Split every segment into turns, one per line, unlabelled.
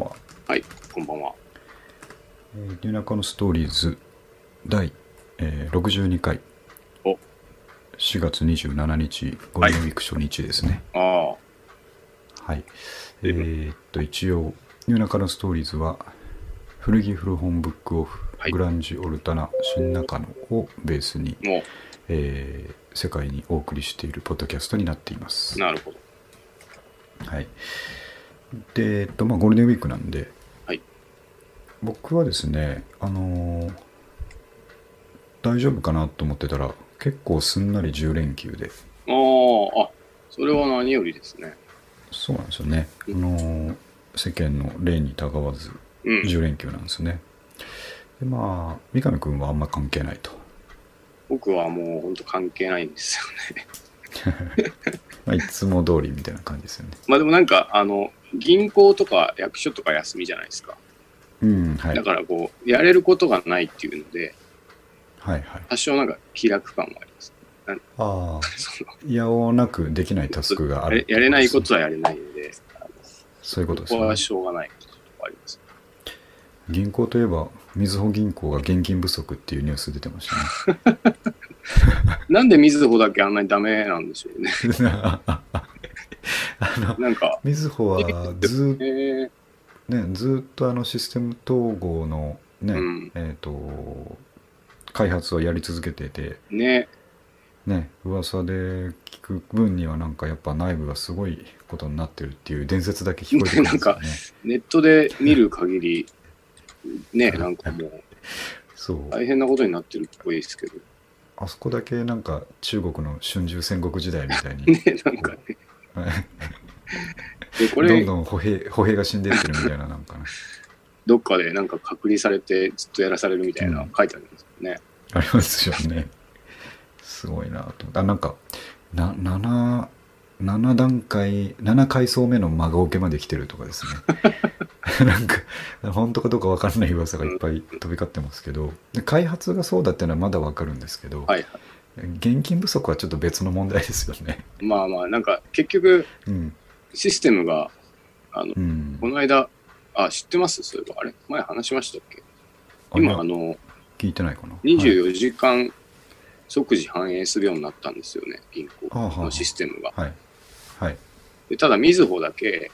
こんばんは。
えー、ニューナカのストーリーズ第、えー、62回
お
4月27日ゴールデンウィーク初日ですね。
あ
はい。えーっと、一応、ニューナカのストーリーズは古着古本ブックオフ、
はい
グランジオルタナ新中野をベースに、
あ、も
えー世界にお送りしているポッドキャストになっています
う、。なるほど。
はい。で、えっと、まあ、ゴールデンウィークなんで、
はい
僕はですね、あのー大丈夫かなと思ってたら、結構すんなり10連休で、
ああ、あ、それは何よりですね。
そうなんですよね、あのー世間の例にたがわず、
うん。
10連休なんですね。で、まあ、三上君はあんま関係ないと。
僕はもう本当関係ないんですよね。
まあ、いつも通りみたいな感じですよね。
まあでもなんか、あの、銀行とか役所とか休みじゃないですか。
うん、はい。は
だ
い
からこう、やれることがないっていうので、
はい。
多少なんか開く感はあります。
ああ、
その
やおうなくできないタスクがある、
ややれないことはやれないので、
そういうことです
こ
よ
こ
ね
は。しょうがないことはあります。
銀行といえばみずほ銀行が現金不足っていうニュース出てました
なんでみずほだけあんなにダメなんでしょ うね。
ね あの
なんか、
みずほはず,、
えー、
ね、ずっとあのシステム統合の、ね
うん
えー、と開発をやり続けてて
ね、
ね噂で聞く分にはなんかやっぱ内部がすごいことになってるっていう伝説だけ聞こえて くるんですよね。
ネットで見る限り、ね、なんかもう
そう
大変なことになってるっぽいですけど、
あそこだけなんか中国の春秋戦国時代みたいに
ね、 なんかね、でこ
どん
れ、
どん歩兵歩兵が死んでってるみたいななんかね
どっかでなんか隔離されてずっとやらされるみたいな
うん
書いてあるんですよね。
ありますよね。すごいなと思って。あ、なんか、な、7、7段階、7階層目の真顔受けまで来てるとかですね。 なんか、本当かどうかわからない噂がいっぱい飛び交ってますけど、で開発がそうだっていうのはまだわかるんですけど、
はいは
現金不足はちょっと別の問題ですよね。
い。まあまあ、なんか結局、
うん。
システムが、あの、
うん。
この間、あ、知ってますそういえば、あれ前話しましたっけ
あ
今、あ
いや
の、
聞いてないかな。はい
24時間即時反映するようになったんですよね、銀行
はあはあは
の
あ
システムが。
はい。はい。
でただ、みずほだけ、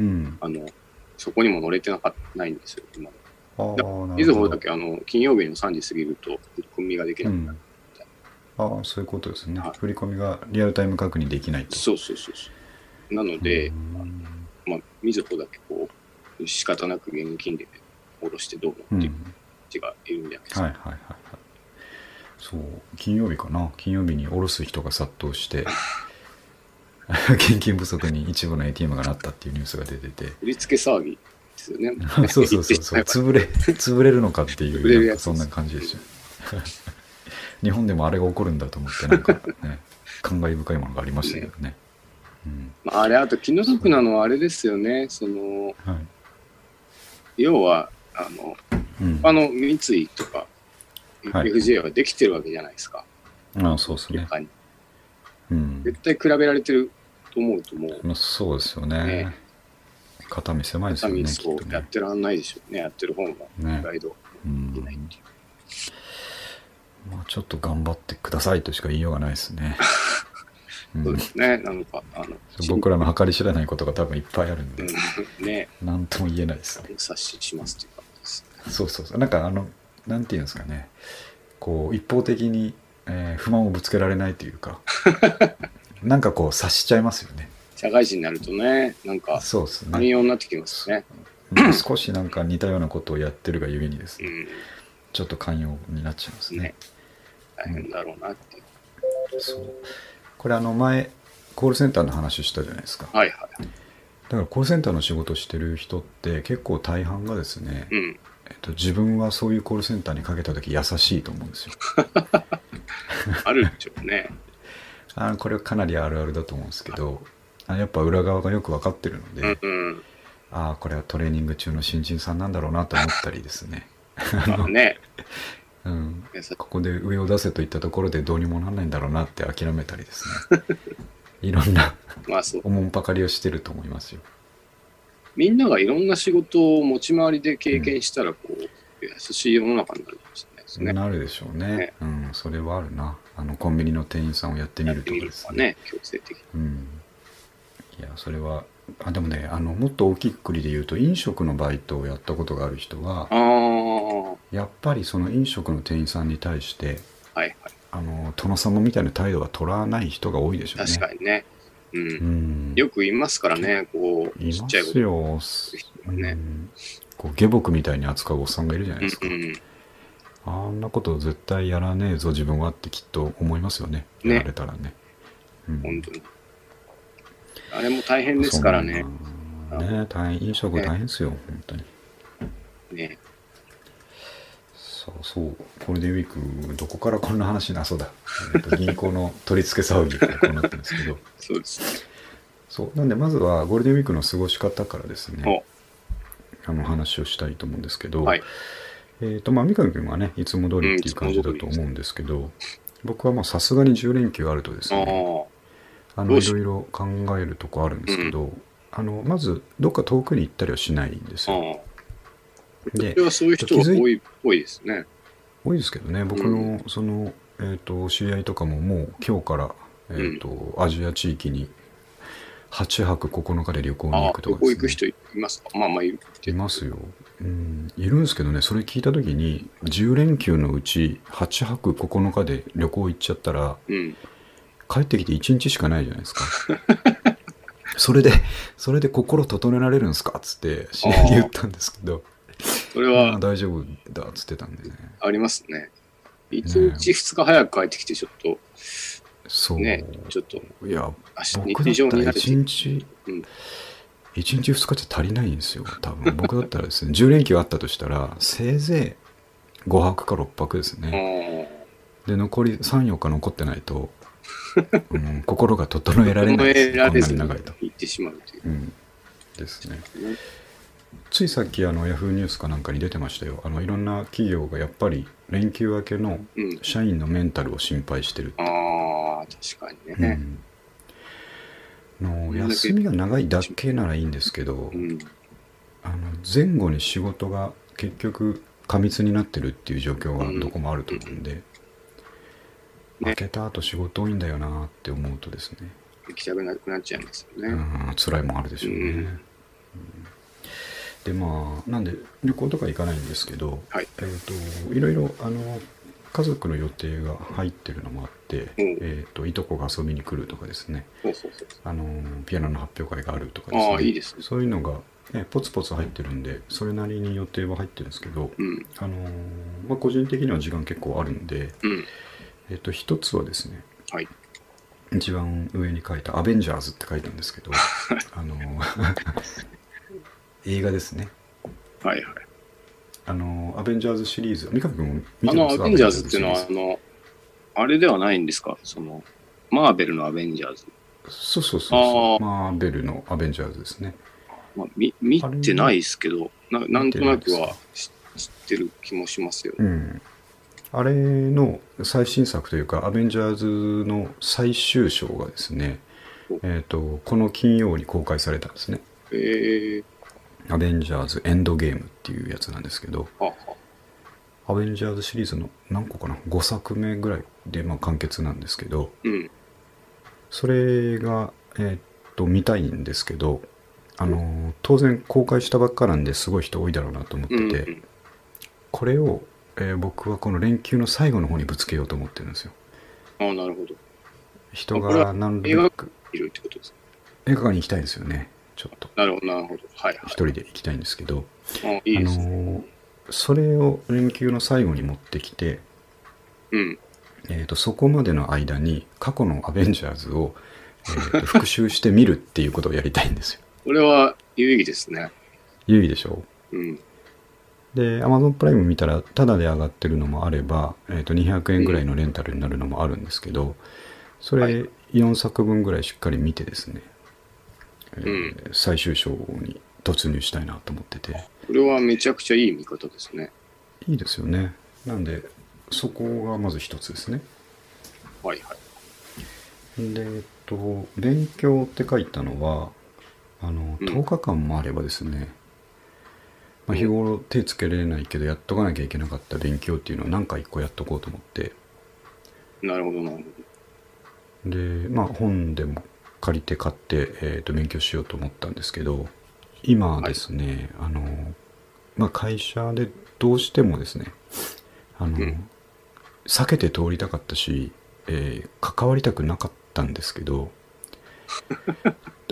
うん。
あの、そこにも乗れてなかないんですよ、今
ああ、なるほど。
みずほだけ、あの、金曜日の3時過ぎると、振り込みができ
う
なく
ん
なる。。
ああ、そういうことですね
はい。
振り込みがリアルタイム確認できないと。
そうそうそうそう。なので、
うん
まあ、みずほだけこう、仕方なく現金で下ろしてどう
う
の
ん
っていう人がいるんじゃないですか。
はいはいはいはいそう金曜日かな金曜日に下ろす人が殺到して 現金不足に一部の ATM がなったっていうニュースが出て て
売り付け騒ぎですよね。
そうそうそうそう潰れ潰れるのかってい
潰れ
うな
る
ん
や
か
つ
そんな感じですよ日本でもあれが起こるんだと思ってなんかね感慨深いものがありましたけどね
まあ、あれ、あと気の毒なのはあれですよね。その、
うんはい
要は、あの、
うん
他の三井とか、
はい
FJ はできてるわけじゃないですか。
ああそうですね
他に
うん
絶対比べられてると思うと、もう、
まあそうですよね
ね
肩身狭いですよね
畳
き
そ
っ
う
と
やっ
ね
てらんないでしょうね。やってる方が
ね
意外と
う
でき
ん
ないっていう。
まあ、ちょっと頑張ってくださいとしか言いようがないです ね。う
そうで
ん、
すね。なんか、あの、
僕らの計り知らないことが多分いっぱいあるんで、
うんね、
なんとも言えないですね。
お察ししますという感じです。
そうそうそう。なんかあの、なんていうんですかね、こう、一方的に、えー不満をぶつけられないという か、なんかこう、察しちゃいますよね。
社会人になるとね、なんか、
そうです
寛
ね。
容になってきますね。
うん少しなんか似たようなことをやってるがゆえにです
う
ね、
ん、
ちょっと寛容になっちゃいますね
ね。大変だろうなっていう。
そう。これあの、前、コールセンターの話したじゃないですか。
はいはい。
だからコールセンターの仕事してる人って結構大半がですね、
うん。
えっと、自分はそういうコールセンターにかけた時優しいと思うんですよ。
あるでしょ うね。
あーこれはかなりあるあるだと思うんですけどあやっぱ裏側がよく分かってるので、
うんうん。
ああこれはトレーニング中の新人さんなんだろうなと思ったりですね、
まあね、
うん、
優しい
ここで上を出せといったところでどうにもなんないんだろうなって諦めたり ですねいろんな
まあそう
おもんぱかりをしてると思いますよ。
みんながいろんな仕事を持ち回りで経験したら、こう、優しい世の中になるかもしれないですね。
なるでしょうね
ね
うん、それはあるな。あの、コンビニの店員さんをやってみ
や
る
っ
と
て
か
み
で
る
す
とかね、強制的に。
うん、いやそれはあでもねあのもっと大きくくりで言うと飲食のバイトをやったことがある人は
ああ、は
やっぱりその飲食の店員さんに対して
いはい。
あの殿様みたいな態度は取らない人が多いでしょうね
確かにね。うん
う。ん、
よく言いますからね、こう、
い
ちっ
ま
ちゃいこ
す
と。
よ、う
ね
ん、こう下僕みたいに扱うおっさんがいるじゃないうですか、
んうん、
あんなこと絶対やらねえぞ自分はってきっと思いますよね
ね
やられたらねうん
本当に。あれも大変ですからね。
そうなんだね大変飲食大変ですよ、本当に
ね
さあそうゴールデンウィークどこからこんな話なそうだ、えーと銀行の取り付け騒ぎからこうなったんですけ ど
そうです
そうなんでまずはゴールデンウィークの過ごし方からですね
ね。
あの話をしたいと思うんですけ
お
ど、
はい。
えーとまあ、三上君はねいつも通りっていう感じだと思うんですけど、僕はまあさすがに10連休あるとです
ああ
ね
ー、
あ
ど
の
う
い
し
ろいろ考えるとこあるんですけど、あのまずどっか遠くに行ったりはしないんです
あ
よ。
あ。
で
それはそういう人が多いっぽいですね。
多いですけどね僕のその、えー、と知り合いとかももう今日から、えーとアジア地域に8泊9日で旅行に
あ
行
あ、
く
ど
とか
こ
です、
行
ね、
く人いますかまあまあ、い
いますよ、うん、いるんですけどねそれ聞いた時に10連休のうち8泊9日で旅行行っちゃったら
うん。
帰ってきて1日しかないじゃないですか それでそれで心整えられるんですかっつって知り合いに言ったんですけど
それ
あ
は
大丈夫だっつってたんでね
ありますね。1日2日早く帰ってきて、ちょっと、
そう、
ね、ちょっと、
いや
明日
僕だ
日
った
常に
ら
なる
1日、
うん
一1日2日じゃ足りないんですよ多分僕だったらですね10連休あ ったとしたらせいぜい5泊か6泊です
あ
ね、
ー
で残り34日残ってないと、うん、心が整えられないです
整えられず
こん
に
なに長いと、
行ってしまうという
うん、ですね
ね。
ついさっきあのヤフーニュースかなんかに出てましたよあのいろんな企業がやっぱり連休明けの
うん。
社員のメンタルを心配してるって
ああ、確かに
う
ね。
んの休みが長いだけならいいんですけど、
うん。
あの前後に仕事が結局過密になってるっていう状況がどこもあると思うんで、
ね
負けた後仕事多いんだよなって思うとですね、
行きたくなくなっちゃいますよね。
うん、辛いもんあるでしょうね、
うん
うんでまあなんで旅行とか行かないんですけど、
はい
えー、といろいろあの家族の予定が入ってるのもあって、えー、といとこが遊びに来るとかですね、
そうそうそう。
あのーピアノの発表会があるとか
ああいいですね
そういうのが、ね、ポツポツ入ってるんでそれなりに予定は入ってるんですけど、
うん。
あのーまあ、個人的には時間結構あるんで、
うん。
えっと一つはですね
はい。
一番上に書いた「アベンジャーズ」って書いたん ですけどあの ー映画ですね
はいはい。
あのーアベンジャーズ」シリーズ三上君も見
あ
て
の、
ま
ア
す
ベンジャーズっていうの
ア
は、
ベ
あ
ンジャーズシリーズ
の、あれではないんですかその、マーベルのアベンジャーズ。
そうそうそうそう
あー
マーベルの「アベンジャーズ」ですね
まあ、み見てないですけど、ななんとなくは知知ってる気もしますよ。
うん、あれの最新作というか「アベンジャーズ」の最終章がですね、えー、とこの金曜に公開されたんですね
えー、
「アベンジャーズ・エンドゲーム」っていうやつなんですけど
はあは
アベンジャーズシリーズの何個かな5作目ぐらいで、まあ、完結なんですけど
うん。
それが、えー、と見たいんですけどあのー当然公開したばっかなんですごい人多いだろうなと思っ
う
て
ん
て、
うん。
これを、えー僕はこの連休の最後の方にぶつけようと思ってるんですよ
ああ、なるほど。
人
これ
が
は
何
映画
らか
いるってことですか。
映画館に行きたいですよねちょっと
なるほど、なるほど。はいはい。
一人で行きたいんですけど、
あいいです、
あ
ね
のーそれを連休の最後に持ってきて、
うん。
えー、とそこまでの間に過去の「アベンジャーズを」えーと 復習してみるっていうことをやりたいんですよ
これは有意義ですね。
有意義でしょ
うん。
で Amazon プライム見たらタダで上がってるのもあれば、えー、と200円ぐらいのレンタルになるのもあるんですけどそ
は
れ
い
4作分ぐらいしっかり見てですね、えー
う
最終章に突入したいなと思ってて。
これはめちゃくちゃいい見方ですね。
いいですよね。なんで、そこがまず一つですね。
はいはい。
で、えっと、勉強って書いたのは、ああの
うん
10日間もあればですね、まあ、日頃手つけられないけどやっとかなきゃいけなかった勉強っていうのを何か一個やっとこうと思って
なるほどなるほ
でまあ本でも借りて買って、えー、と勉強しようと思ったんですけど今ですね、あのまあ、会社でどうしてもですねあの、
うん
避けて通りたかったし、えー関わりたくなかったんですけど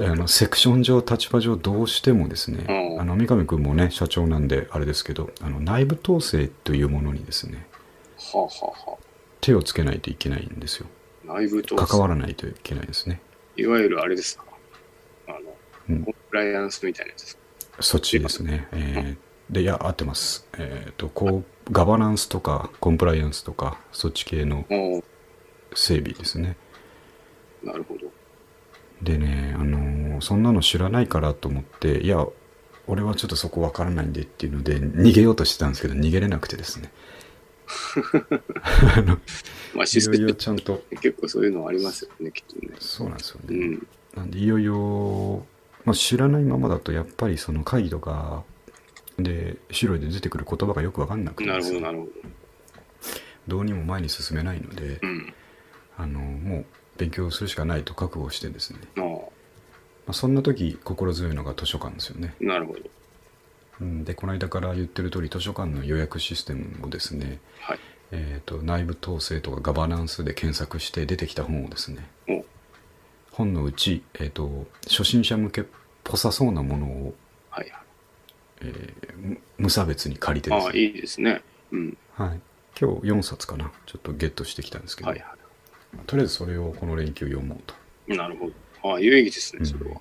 あのセクション上立場上どうしてもですね、
うん
あの三上君もね社長なんであれですけどあの内部統制というものにですね
ど。はあ、はあは
手をつけないといけないんですよ
あ、内部と
関わらないといけないですね
いわゆるあれですか。あの、
うん
コンプライアンスみたいなやつですか。
そっちですね。えーで、いや、合ってます。えっ、と、こう、ガバナンスとか、コンプライアンスとか、そっち系の
おー
整備ですね。
なるほど。
でね、あのーそんなの知らないからと思って、いや、俺はちょっとそこわからないんでっていうので、逃げようとしてたんですけど、逃げれなくてです ね。あの、
まあ、シ
い
ス
よ
テ
い
ム
よ
っ
ちゃんと、
て結構そういうのありますよね、きっとね。
そうなんですよね。
うん。
なんでいよいよ、まあ、知らないままだとやっぱりその会議とかで白いで出てくる言葉がよくわかんなくて
なる
ですね
ほど、なるほど。
どうにも前に進めないので、
うん。
あのもう勉強するしかないと覚悟してですね、
ああ、
まあ、そんな時心強いのが図書館ですよね、
なるほど。
うん、でこの間から言ってる通り図書館の予約システムをですね、
はい。
えー、と内部統制とかガバナンスで検索して出てきた本をですね
お
本のうち、えー、と初心者向けっぽさそうなものを、
はいはい。
えーむ無差別に借りてです
ああ、
ね、
いいですね。うん。
はい、今日4冊かなちょっとゲットしてきたんですけど、
はいは
とりあえずそれをこの連休読もうと。
い。なるほど。ああ、有意義ですね、それは。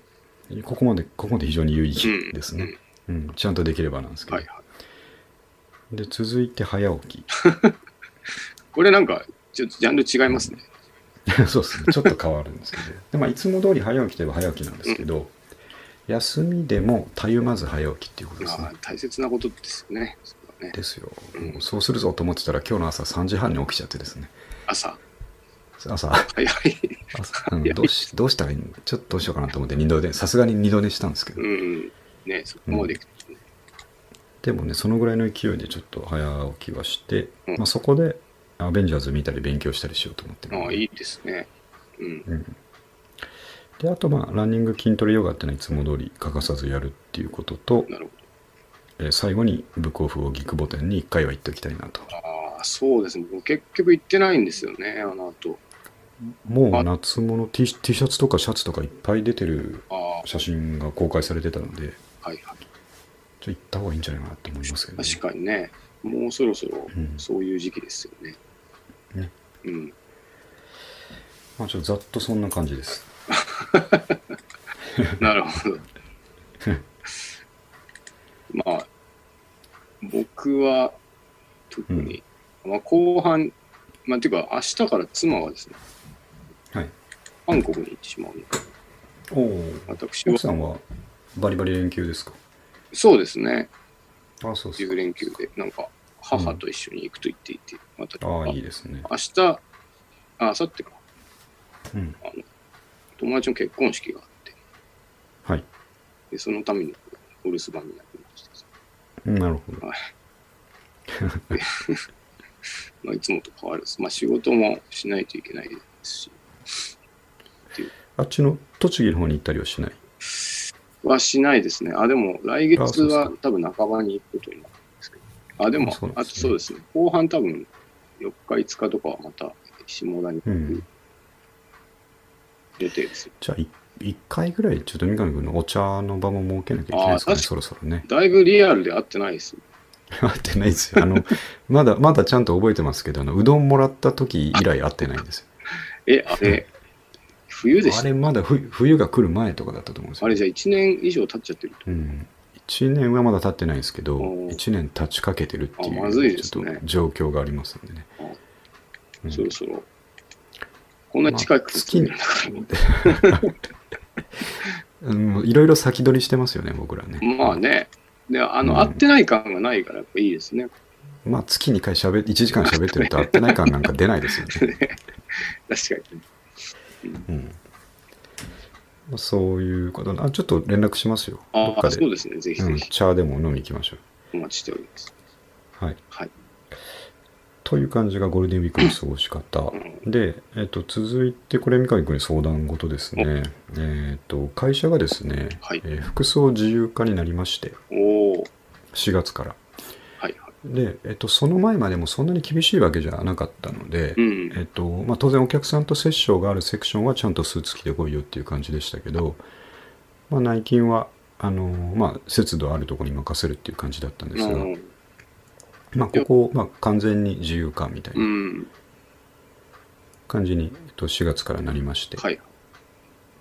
ここまで、ここまで非常に有意
うん
義ですね。うんちゃんとできればなんですけど。
はいはい。
で、続いて早起
これなんか、ちょっとジャンル違いますね。
き。 そうですね。ちょっと変わるんですけど。でまあ、いつも通り早起きといえば早起きなんですけど、休みでもたゆまず早起きっていうことです
あ
ね
あ。大切なことですよね。そうだね
ですよ。
うん
もうそうするぞと思ってたら、今日の朝3時半に起きちゃってですね。
朝。
朝、
早い。
朝うんどうしどうしたらいいのちょっとどうしようかなと思って二度寝、さすがに二度寝したんですけど、
うん。ね、そこまでいくとね。
でもね、そのぐらいの勢いでちょっと早起きはして、
うん
まあ、そこでアベンジャーズ見たり勉強したりしようと思ってるんで
ああ、いいですね。うん。
うんであとまあランニング筋トレヨガってのはいつも通り欠かさずやるっていうことと、
なるほ
えー最後にブックオフをギクボ店に1回は行っておきたいなと
ど。ああ、そうですね。僕結局行ってないんですよね、あの後。
もう
あ
夏物 T, T シャツとかシャツとかいっぱい出てる
ああ、は
写真が公開されてたので
いはい。
ちょっと行った方がいいんじゃないかなと思いますけどね、
確かにね、もうそろそろ
うん
そういう時期ですよね。
ね
うん。
まあ、ちょっとざっとそんな感じです
な るほど。まあ、僕は特に、まあ後半、まあ、ていうか明日から妻はですね、
はい
韓国に行ってしまうので、
おお
私は
奥、さんはバリバリ連休ですか
そうですね、
あそう
自
です
由連休で、なんか、母と一緒に行くと言っていて、また、
ああいいですね
明日、あ、明後日か、
うん
友達の結婚式があって、
はい
でそのためにお留守番になりました。
うんなるほど
はいまあいつもと変わらず、まあ、仕事もしないといけないですし、
あっちの栃木の方に行ったりはしない
はしないですね。あ、でも来月
あ
は
そうで
多分半ばに行くことになるんですけど。あ、でも
そう、なん
あ
ですね
とそうですね。後半多分4日、5日とかはまた下田に
う
行
ん
く予定ですよ。
じゃあ、い一回ぐらい、ちょっと三上君のお茶の場も設けなきゃいけないですか
あ
ね、
ー確か
そろそろね。
だいぶリアルで会ってないですね。
会ってないですよ。あの、 まだ、まだちゃんと覚えてますけど、あの、うどんもらった時以来会ってないんですよ。
え、あれ、冬でし
あ
た。
れ、まだ冬冬が来る前とかだったと思うんですよ。
あれじゃあ1年以上経っちゃってると。
うん。1年はまだ経ってないですけど、
おー
1年経ちかけてるっていう、
あまずいです
ちょ
ね
っと状況がありますんでね。うん
そろそろ。こんな近く
まあ月に
だから。
うんいろいろ先取りしてますよね、僕らね。
まあね。で、あ
うん
の、会ってない感がないから、やっぱいいですね。
まあ、月2回しゃべ1時間喋ってると会ってない感 なんか出ないですよね。
確かに。
うんそういうことなあちょっと連絡しますよ。どっ
あ
か
あ、
で。
そうですね。ぜひ
う
ぜ
ん、
ひ
茶でも飲みに行きましょ
お待ちしております。
う。はい。
はい。
という感じがゴールデンウィークの過ごし方
う。ん
で、えっと、続いて、これ、三上君に相談事ですね。えっと、会社がですね、
はい
えー服装自由化になりまして、
おお
4月から。
はいはい。
で、えっと、その前までもそんなに厳しいわけじゃなかったので、
うん。
えっとまあ、当然お客さんとセッションがあるセクションはちゃんとスーツ着てこいよっていう感じでしたけど、まあ、内勤はあの、まあ、節度あるところに任せるっていう感じだったんですが、
うん。
まあ、ここを、まあ、完全に自由化みたいうなん感じに、えっと、4月からなりまして、
はい。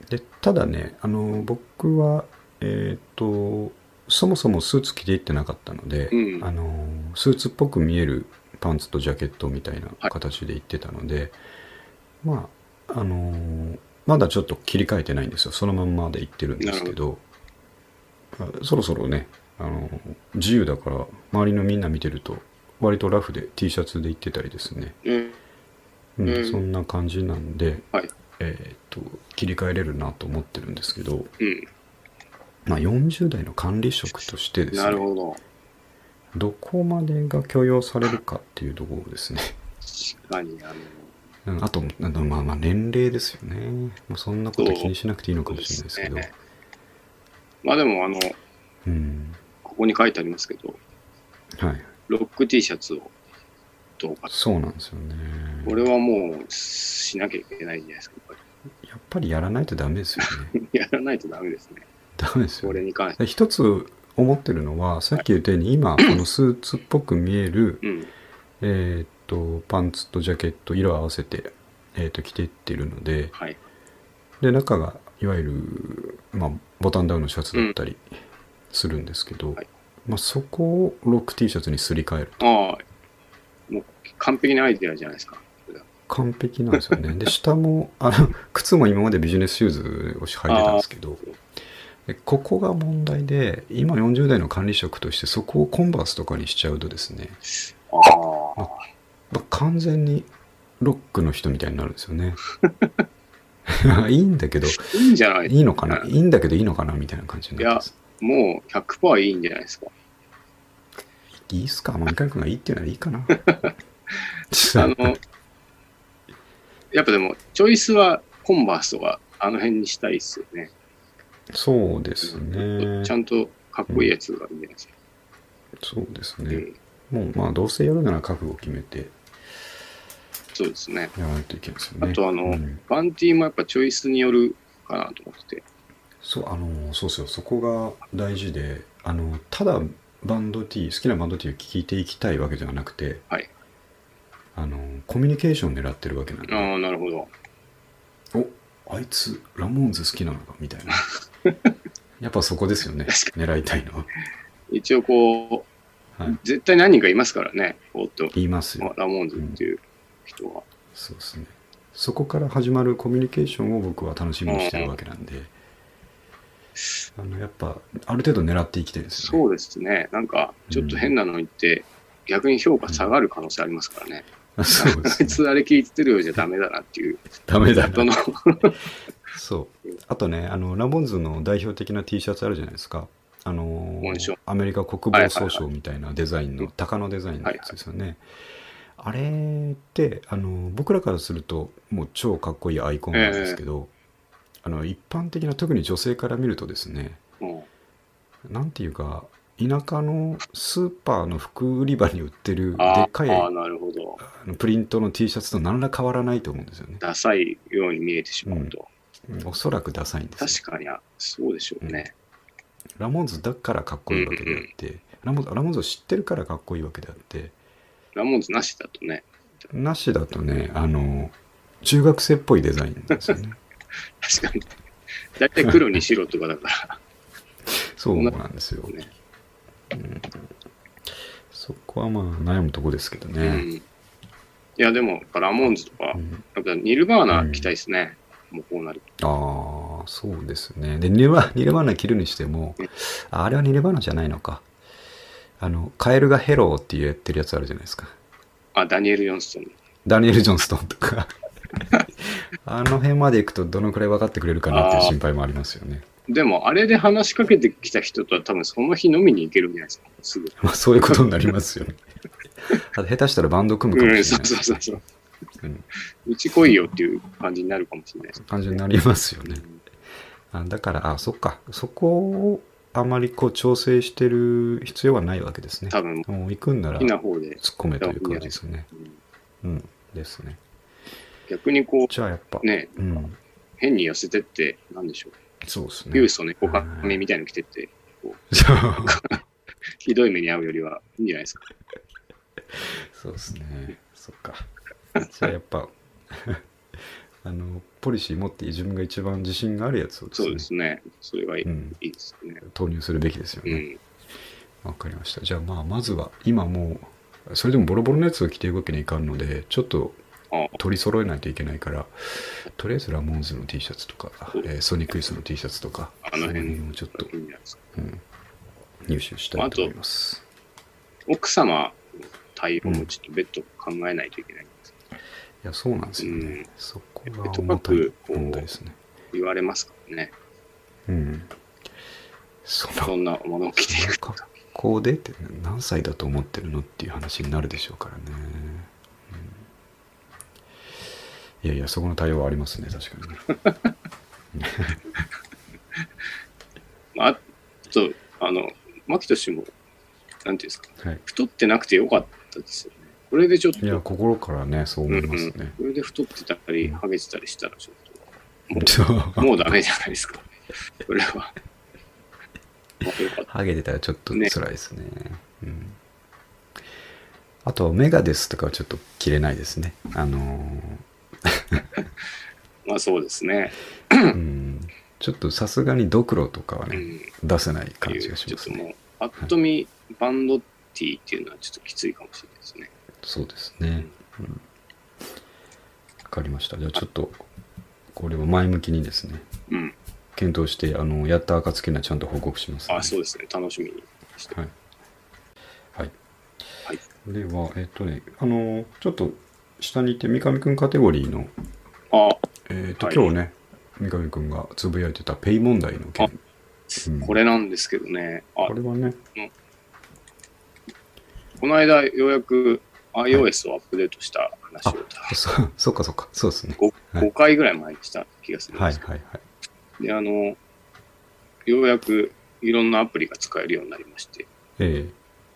でただねあの僕は、えっとそもそもスーツ着ていってなかったので、
うん
あのスーツっぽく見えるパンツとジャケットみたいな形で行ってたので、まああのまだちょっと切り替えてないんですよそのまんまで行ってるんですけどあそろそろねあの自由だから周りのみんな見てると割とラフで T シャツで行ってたりですね、
うん。
うん
うん
そんな感じなんで、
はい。
えー、と切り替えれるなと思ってるんですけど、
うん。
まあ、40代の管理職としてです
なる
ね
ほど。
どこまでが許容されるかっていうところですね
確かに、あの、
うんあとあのまあまあ年齢ですよね、まあ、そんなこと気にしなくていいのかもしれないですけどう
そうですまあでも、あの、
ん
ここに書いてありますけど、
はい
ロック T シャツをどうか。
そうなんですよね
これはもうしなきゃいけないじゃないですか。 やっ
やっぱりやらないとダメですよね
ぱりやらないとダメですね。
ダメですよ
これ
ね
に関して。
で一つ思ってるのはさっき言ったように今このスーツっぽく見える
うん。
えーっとパンツとジャケット色合わせて、えーっと着ていってるので
はい。
で中がいわゆる、まあ、ボタンダウンのシャツだったりするんですけど、
はい
まあ、そこをロック T シャツにすり替えると
ああ、もう完璧なアイデアじゃないですか。
完璧なんですよ ねで下もあの靴も今までビジネスシューズを履いてたんですけどでここが問題で今40代の管理職としてそこをコンバースとかにしちゃうとですね、
ああ、
まあ完全にロックの人みたいになるんですよね いいんだけど
いいんじゃない
いいのかな
う
いいんだけどいいのかなみたいな感じになってます。
もう100%いいんじゃないですか。
いいっすかまあ三上君がいいっていうならいいかな。
あの、やっぱでも、チョイスはコンバースとか、あの辺にしたいっすよね。
そうですね
ち。ゃんとかっこいいやつがいいんじゃないですか。
そうです
う
ね。
ん
もうまあどうせやるなら覚悟を決めて
そうですね。
やらないといけないですよね。
あとあの
うん
バンティーもやっぱチョイスによるかなと思ってて。
そう、あの、そうですよ。そこが大事で、あの、ただバンド T、好きなバンド T を聴いていきたいわけじゃなくて、
はい
あの、コミュニケーションを狙ってるわけなんで。
ああ、なるほど。
おあいつラモーンズ好きなのかみたい なやっぱそこですよね
確
狙いたいのは、
一応こう、
はい、
絶対何人かいますからね。おっと、
言いますよ
ラモーンズっていう人は。
そうですねそこから始まるコミュニケーションを僕は楽しみにしてるわけなんで、あのやっぱある程度狙っていきたいですよね
そうですね。なんか、ちょっと変なの言って、逆に評価下がる可能性ありますからね。
あ そうで
あ
す
い
ね
つあれ聞いてるようじゃダメだなっていう。
ダメだ
そ
な
の、
そうあとねあのラモンズの代表的な T シャツあるじゃないですかあの
紋章
アメリカ国防総省みたいなデザインの、
はいはい
鷹のデザインのやつですよね、あれってあの僕らからするともう超かっこいいアイコンなんですけど、あの一般的な特に女性から見るとですね
うん
なんていうか田舎のスーパーの服売り場に売ってるで
あ
っかい
あ、
あ
なるほど。
のプリントの T シャツと何ら変わらないと思うんですよね。
ダサいように見えてしまうと。
おそらくダサいんですよ
確かに、あそうでしょうね。
ラモンズだからかっこいいわけであって、ラモンズラモンズを知ってるからかっこいいわけであって
ラモーンズなしだとね、
なしだとねあの中学生っぽいデザインなんですよね
確かに。大体黒に白とかだから。
そうなんですよ、
ね
うんそこはまあ悩むとこですけど
う
ね、
ん。いや、でも、やっぱラモーンズとか、や
うん
っぱニルバーナ着たいですね。もうこうなると。
ああそうですねでニルバニルバーナ着るにしても
うん
ああれはニルバーナじゃないのかあのカエルが「ヘロー」って言ってるやつあるじゃないですか
あ、ダニエル・ヨンストン。
ダニエル・ジョンストンとかあの辺まで行くとどのくらい分かってくれるかなっていう心配もありますよね。
でも、あれで話しかけてきた人とは多分その日飲みに行けるんじゃないですか。すぐ。
まあそういうことになりますよね。あと下手したらバンド組むかも
うん、
しれ
そ
な
う
い
そうそうそう。
うん
うち来いよっていう感じになるかもしれないです、
感じになりますよね。あだから、あ、そっか。そこをあまりこう調整してる必要はないわけですね。
多分、
もう行くんなら
好きな
突っ
方で。
込めという感じですね。
うん
うん。ですね。
逆にこ
じゃあやっぱ、
う、ね、
うん。
変に痩せてって、なんでしょう。
そうですね。
ユースと猫かめみたいの着てって、
そう
ひどい目に遭うよりはいいんじゃないですか。
そうですね。そっか。じゃあやっぱ、 あの、ポリシー持って自分が一番自信があるやつを
そうですね。それがいい,、
うん
いいですね。
投入するべきですよ
う
ね。
ん。
わ、かりました。じゃあまあ、まずは、今もう、それでもボロボロのやつを着ていくわけにはいかんので、ちょっと
あ
取り揃えないといけないから、とりあえずラモンズの T シャツとか、
そう
えーソニックイーストの T シャツとか、
あの辺
をちょっと
い、いんじゃないですか。
うん、入手したいと思います。
奥様の対応もちょっと別途考えないといけないんです。
いや、そうなんですよね。
うん
そこ
え
が
っと
重たい
各こう
問題ですね。
言われますからね。
うん。その
そんなものを着ていく。
格好でって何歳だと思ってるのっていう話になるでしょうからね、うんいやいやそこの対応はありますね確かにね
まあ、あと、あの、牧と氏も、なんていうんですか、
はい
太ってなくてよかったですよね。これでちょっ
いや
と、
心からねそう思いますね、
これで太ってたり、ハゲてたりしたら、ちょっと、
そう
もう、もうダメじゃないですか。それは。まあ、よかった。
ハゲてたらちょっと
ね
辛いですねうんあとメガですとかはちょっと着れないですねあのー
まあ、そうですね。
うんちょっとさすがにドクロとかは
う
ね、
ん。
出せない
って
感
い
じ
う
がし
ちょ
ま
っ
す
と
ね
もう、ぱっと見、バンドティーっていうのはちょっときついかもしれないですね。
そうですね。うんわ、かりました。じゃあちょっと、これを前向きにですね、
うん。
検討して、あの、やった暁にはちゃんと報告します、
あ、そう
う
ですね。楽しみにして。
はい。はい。
はい。
では、えっとね、あの、ちょっと、下に行って三上くんカテゴリーの、
あ、
えっと、
はい
今日ね、三上くんがつぶやいてたペイ問題の件。うん
これなんですけどね。あ
こ、れはね、
この間、ようやく iOS をアップデートした話を、
そ、そっかそっか、そうですね。
5,
はい
5回ぐらい前にした気がするん
はい
ですけ
はいはい。
ど、で、あの、ようやくいろんなアプリが使えるようになりまして、
え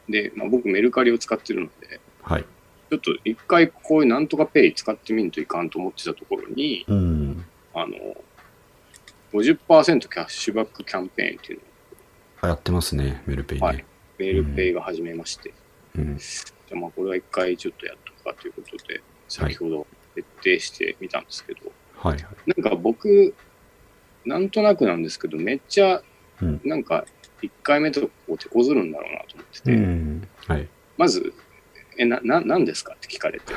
で、まあ、僕、メルカリを使ってるので、
ー、はい。
ちょっと一回こういうなんとかペイ使ってみるといかんと思ってたところに、
うん。
あの、50%キャッシュバックキャンペーンっていうのを
あやってますね、メルペイね。
はいメールペイが始めまして、
うん。
じゃあまあこれは一回ちょっとやっとくかということで、先ほど徹底してみたんですけど、
はいはい。
なんか僕、なんとなくなんですけど、めっちゃ
うん、
なんか1回目とかこう手こずるんだろうなと思ってて、
うん。はい。
まず、え、な、な、なんですかって聞かれて、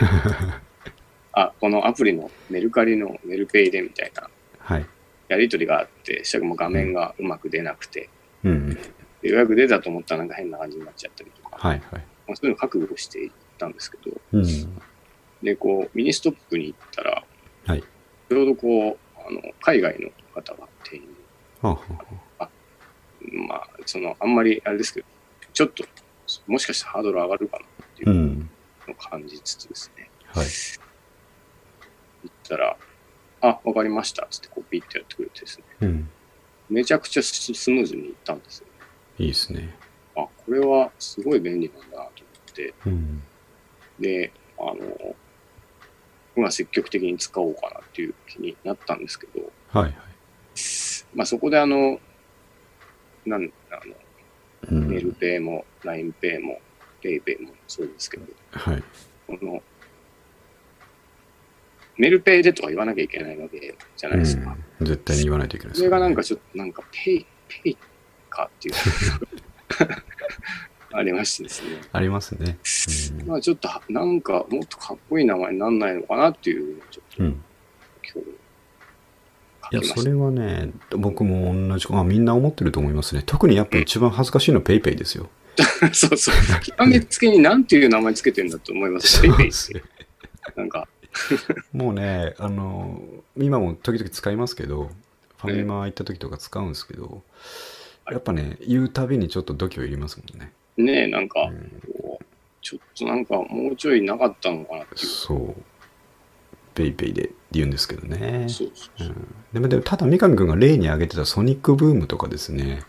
あ、このアプリのメルカリのメルペイでみたいな
はい。
やりとりがあって、したらもう画面がうまく出なくて、
うん。
で予約出たと思ったらなんか変な感じになっちゃったりとか、
はいはい。
まあ、そういうの覚悟していったんですけど、
うん。
で、こう、ミニストップに行ったら、
はい。
ちょうどこう、あの海外の方が店員、
はあは
まあ、その、あんまりあれですけど、ちょっと、もしかしたらハードル上がるかなってい
あう。
うんのを感じつつですね、
はい。
行ったら、あ、わかりました、つってこうピッてやってくれてですね、
うん。
めちゃくちゃススムーズに行ったんですよ。
いいですね。
あ、これはすごい便利なんだなと思って、
うん。
で、あの、まあ積極的に使おうかなっていう気になったんですけど、
はいはい。
まあそこであの、なん、あの、
う
メール
ん。
ペイも、LINEPay も、PayPay もそうですけど、
はい。
この、メルペイでとは言わなきゃいけないわけじゃな
う
い
ん
ですか。。
絶対に言わないといけないです
それがなんか、ちょっと、なんか、ペイ、ペイかっていう ありましてですね。
ありますね。
まあちょっとは、なんか、もっとかっこいい名前になんないのかなっていう、ちょっと
うん。うん。
今日、
い
書
や、
きま
そ
した
れはね、僕も同じ、あ、みんな思ってると思いますね。特にやっぱ一番恥ずかしいのはペイペイですよ。
そうそう。極めつけに何ていう名前つけてんだと思います。ペイペイ
そうですね
なんか、
もうね、あの、今も時々使いますけど、ファミマ行った時とか使うんですけど、
はい
やっぱね、言うたびにちょっと度胸いりますもんね。
ねえ、なん
う
か、
ん
こうちょっとなんかもうちょいなかったのかなってい
そう。ペイペイでって言うんですけどね
う。。そうそ
う
うそう。
ん、でも、でもただ三上君が例に挙げてたソニックブームとかですね、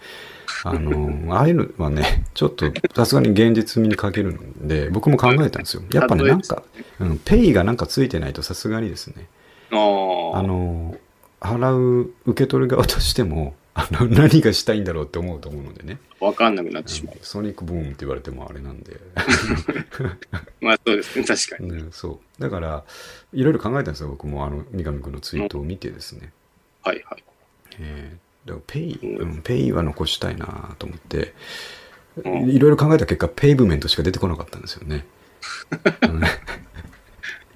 あ の、ああいうのはね、ちょっとさすがに現実味に欠けるので、僕も考えたんですよ。やっぱね、
例え
な
ば
んか、うん、ペイがなんかついてないとさすがにですね、あ
ああ、
の、払う、受け取る側としても、あの、何がしたいんだろうって思うと思うのでね。
わかんなくなってしまう。
ソニックブームって言われてもあれなんで。
まあそうですね、確かに。
ね、そう。だから、いろいろ考えたんですよ、僕も、あの、三上君のツイートを見てですね。
はいはい。
えーだからペイ、うん、ペイは残したいなと思って、
うん
いろいろ考えた結果、ペイブメントしか出てこなかったんですよね。うん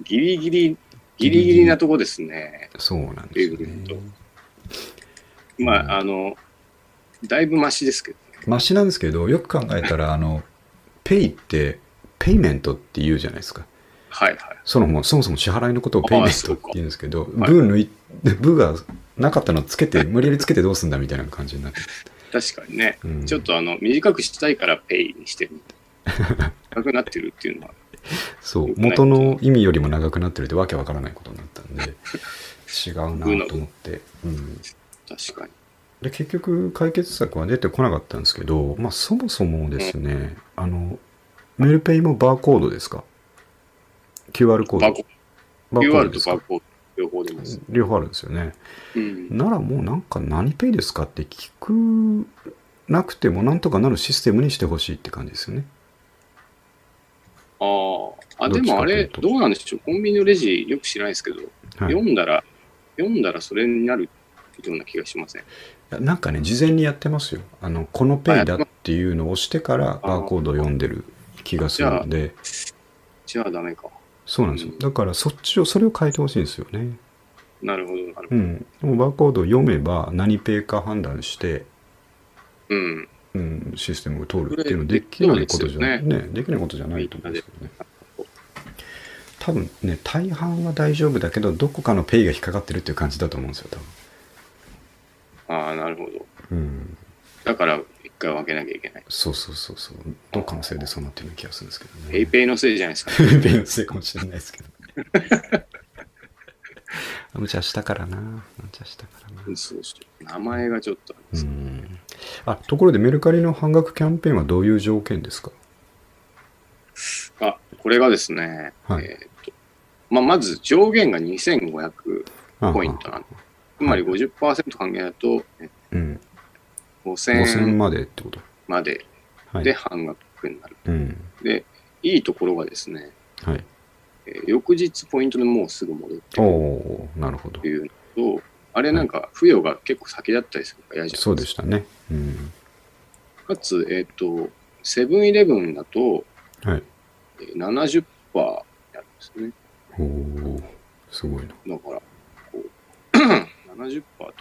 ギリギリ、ギリギリなとこですね。
そうなんですよ
ペイブメント
ね。ん
まあ、あの、だいぶマシですけどね。
マシなんですけど、よく考えたら、あの、ペイって、ペイメントって言うじゃないですか。
はいはい。
そのもうそもそも支払いのことをペイメン
ああ
ト
そ
っ
う
て
か
言うんですけど、
はい
ブー抜い、ブーがなかったのつけて、無理やりつけてどうすんだみたいな感じになって。
確かにね、
うん
ちょっとあの、短くしたいからペイにしてる みたいな。長くなってるっていうのは、
そう
良くない
元の意味よりも長くなってるってわけわからないことになったん で違うなと思って、うん、
確かに。
で結局解決策は出てこなかったんですけど、まあ、そもそもですねあのメルペイもバーコードですか QR コー
バー
ド
コ
バ
QR と
す
バ
か
ーコード両方出ます。
両方あるんですよね
うん。
ならもうなんか何ペイですかって聞くなくてもなんとかなるシステムにしてほしいって感じですよね
あーあ、
どっ
で
ちか
もあれ、
というと
どうなんでしょう。コンビニのレジよく知らないですけど、
はい
読んだら、読んだらそれになるような気がしません。
いやなんかね、事前にやってますよ。あの、このペイだっていうのを押してからバーコードを読んでる気がするので、
じゃあダメか。
そうなんですよ
う。ん
だからそっちを、それを変えてほしいんですよね。
なるほど、なるほ
う
ど。
ん。でもバーコードを読めば何ペイか判断して、
うん。
うん、システムを通るっていうのできないことじゃない。ね、できないことじゃないと思うんですけどね。多分ね、大半は大丈夫だけど、どこかのペイが引っかかってるっていう感じだと思うんですよ、多
ああ、なるほど。
分。うん。
だから、一回分けなきゃいけない。
そうそうそうそう。どっかのせいでそうなってるような気がするんですけどね。
ペイペイのせいじゃないですか。
ペイのせいかもしれないです けど。あ無茶したからな。無茶したからな。
そうそう。名前がちょっとあり
う
ます。
ん。あ、ところでメルカリの半額キャンペーンはどういう条件ですか
あ、これがですね、
はい
えーっと、まあ、まず上限が2500ポイント
あ
なんで、つまり50%還元だとえ
うん。
5000
5000
円
までってこと。
まで
は
で
い。
半額になる。
うん。
で、いいところがですね、
はい。
えー翌日ポイントでもうすぐ戻ってく
お
る
おなるほど
って。いうのと、あれなんか付与が結構先だったりするから嫌じゃないですか。
そうでしたね。うん。
かつ、えっ、と、セブンイレブンだと
はい。
えー70%になるんですね。
おおすごいな。
だから、こう、70%って ことは、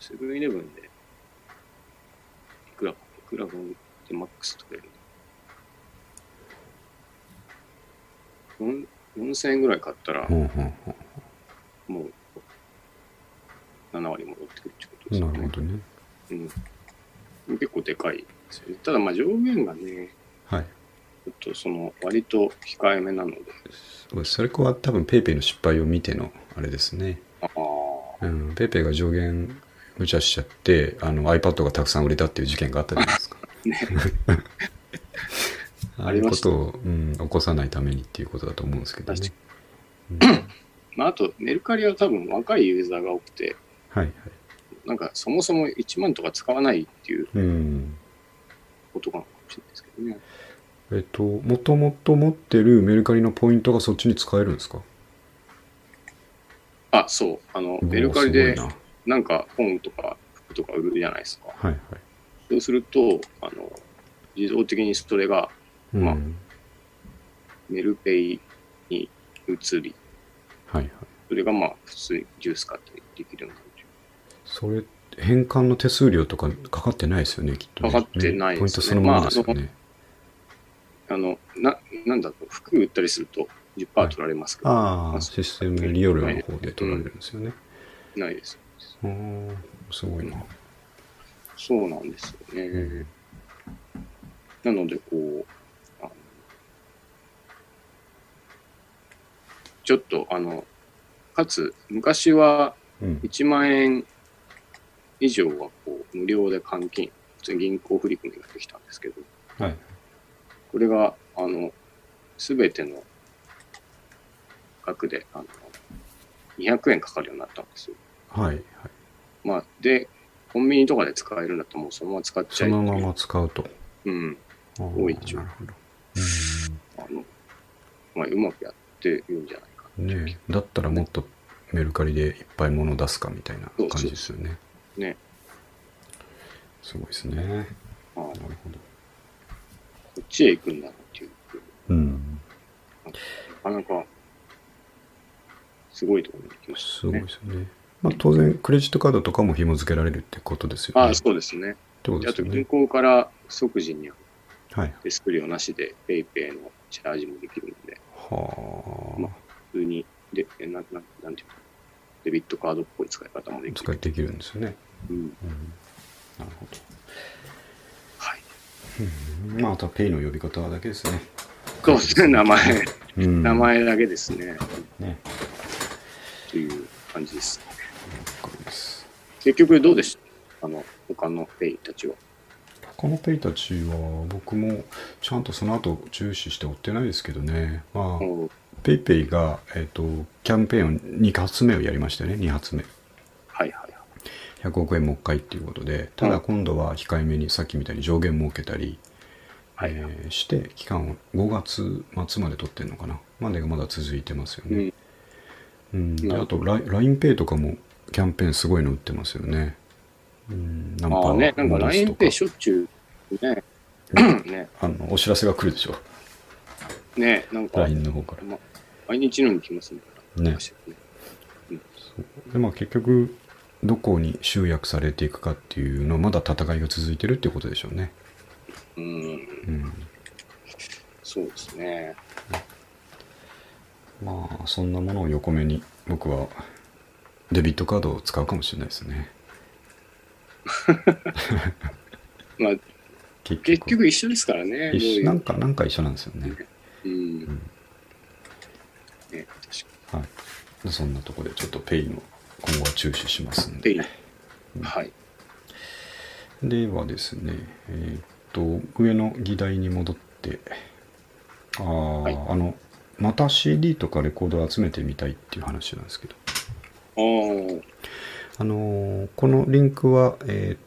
セブンイレブンで、いくら、いくら分でマックス取れるの4 4000円ぐらい買ったら
ほ、んほんほ
もう、7割戻ってくるってことで
ん
すよ
な
ね。
るほどね。
うん、結構でかいですよね。ただ、まあ、上限がね、
はい。
ちょっとその、割と控えめなので、
そうそれこは多分ペイペイの失敗を見てのあれですね。
ああ、
うん、ペイペイが上限無茶しちゃってあの iPad がたくさん売れたっていう事件があったじゃないですか。 ああいうことを、うん、起こさないためにっていうことだと思うんですけど ね。うん
まあ、あと、メルカリは多分若いユーザーが多くて、
はいはい。
なんかそもそも1万とか使わないっていう
うん。
ことかもしれないですけどね。
えっと、もともと持ってるメルカリのポイントがそっちに使えるんですか
あ、そう。あの、メルカリでなんか本とか服とか売るじゃないですか。
はいはい。
そうすると、あの、自動的にそれが
うん。
ま
は
あメルペイに移り、
いはい。
それがまあ普通にジュース買ったりできるようになるという
それ、返還の手数料とかかかってないですよね、きっとね、
かかってないですね
ポイントそのままですよね。
あの、な、なんだろう、服売ったりすると、 10%取られますけど、
ああ、システム利用料の方で取られるんですよね。
ないです。
うん、すごいな。
そうなんですよね。
うん
なので、こう、あのちょっと、あの、かつ、昔は
うん
1万円以上はこう無料で換金、普通に銀行振り込みができたんですけど、
はい。
これが、あの、すべての額で、あの、200円かかるようになったんですよ。
はい。はい、
まあ、で、コンビニとかで使えるんだったらもうそのまま使っちゃ
そ
えってい
の
う
まま使うと。
うん。
多
いでしょ
なるほど。
あの、まあ、うまくやってるんじゃないかな。
うんねえだったらもっとメルカリでいっぱい物出すかみたいな感じですよね。
ね。
すごいですね。なる
まあ、こ
ほど。
っちへ行くんだなっていう、
うん。
なかなか、すごいところに来まし
す
た
ごい
ね
で。すよね。まあ当然、クレジットカードとかも紐付けられるってことですよね。
ああ、そうですね。
ってこと
あ
です
と、
よ
銀
ね。
行から即時に
はい。
手数料なしで、ペイペイのチャージもできるので、
は
普通に、で、えなななんていうのデビットカードっぽい使い方もで
あ。
き
使い
る。
できるんですよね。
うん。
うん。なるほど。
はい。
うんまあ、あとはペイの呼び方だけですね。
そうですね、名前、
うん
名前だけですね。
ね。
という感じです。
わかります。
結局どうでしたあの、他のペイたちは。
他のペイたちは僕もちゃんとその後注視して追ってないですけどね、まあ、
うん
ペイペイが、えっとキャンペーンを2発目をやりましたよね2発目
はいはいはい。
100億円もう一回っていうことでた
う
だ
ん
今度は控えめにさっきみたいに上限設けたり、
はい
えーして期間を5月末まで取ってんのかなまでがまだ続いてますよ
う
ね、
ん、
うんで
なる
あ
ほ
と l i n e イとかもキャンペーンすごいの売ってますよねうんナンパ
ああね、なんか
ボーナスと
LINEPay しょっちゅうね、ね、
あのお知らせが来るでしょ
ね、なんか、
LINE の方から
ま、毎日のように来ますね。
ね
ね
そうでまあ結局どこに集約されていくかっていうのはまだ戦いが続いてるっていうことでしょうね。
うん、
うん、
そうですね。
まあそんなものを横目に僕はデビットカードを使うかもしれないですね。
まあ、
結
結局一緒ですからね。どう
一
い
緒なん
う
かなんか一緒なんですよね。
うん。
ん
ね、確か
はい、でそんなとこでちょっとペイの今後は注視しますん
に。
で。
ペイ。はい。
ではですね、えーっと上の議題に戻ってあ,、
い
あのまた CD とかレコードを集めてみたいっていう話なんですけど。
ああ、
あのーこのリンクは、えーっ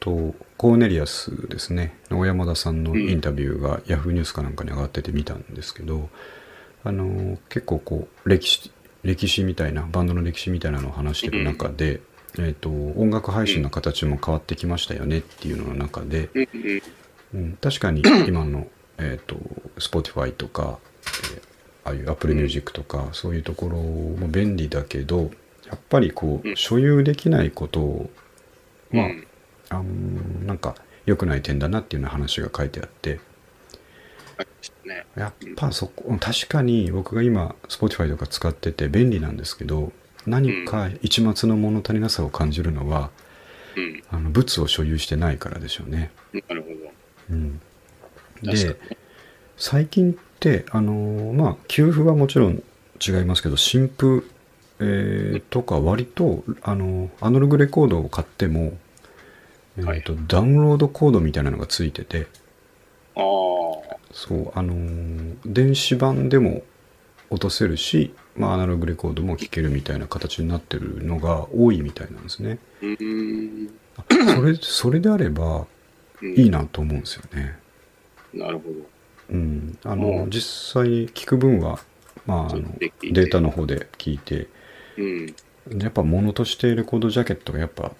と、コーネリアスですね、小山田さんの
うん
インタビューが Yahoo ニュースかなんかに上がってて見たんですけど、あのー結構こう、歴史、歴史みたいな、バンドの歴史みたいなのを話してる中で、えーっと、音楽配信の形も変わってきましたよねっていうのの中で、
うんうん。
うん、確かに今の、えー、と Spotify とか、えーああいう Apple
うん
Music とか、そういうところも便利だけどやっぱりこう、
うん
所有できないことをまあ,、
うん
あのーなんか良くない点だなっていうような話が書いてあって
ありましたね。
やっぱそこ確かに僕が今 Spotify とか使ってて便利なんですけど何か一末の物足りなさを感じるのは、
うん。
あの物を所有してないからでしょうね。
なるほ
うん
ど。
で最近ってあのーまあ給付はもちろん違いますけど新譜、えーとか割とあのーアナログレコードを買っても、えーとダウンロードコードみたいなのがついてて
ああ、
そうあのー電子版でも落とせるし、まあ、アナログレコードも聴けるみたいな形になってるのが多いみたいなんですね。
うん。
あそれそれであれば
うん
いい。なと思うんですよね。
なるほど。
うん、あ
う
の
ん
実際に聞く分は、まあ、あ
そ
の
うで聞いて
データの方で聞いて
うん。
やっぱ物としてレコードジャケットがやっぱ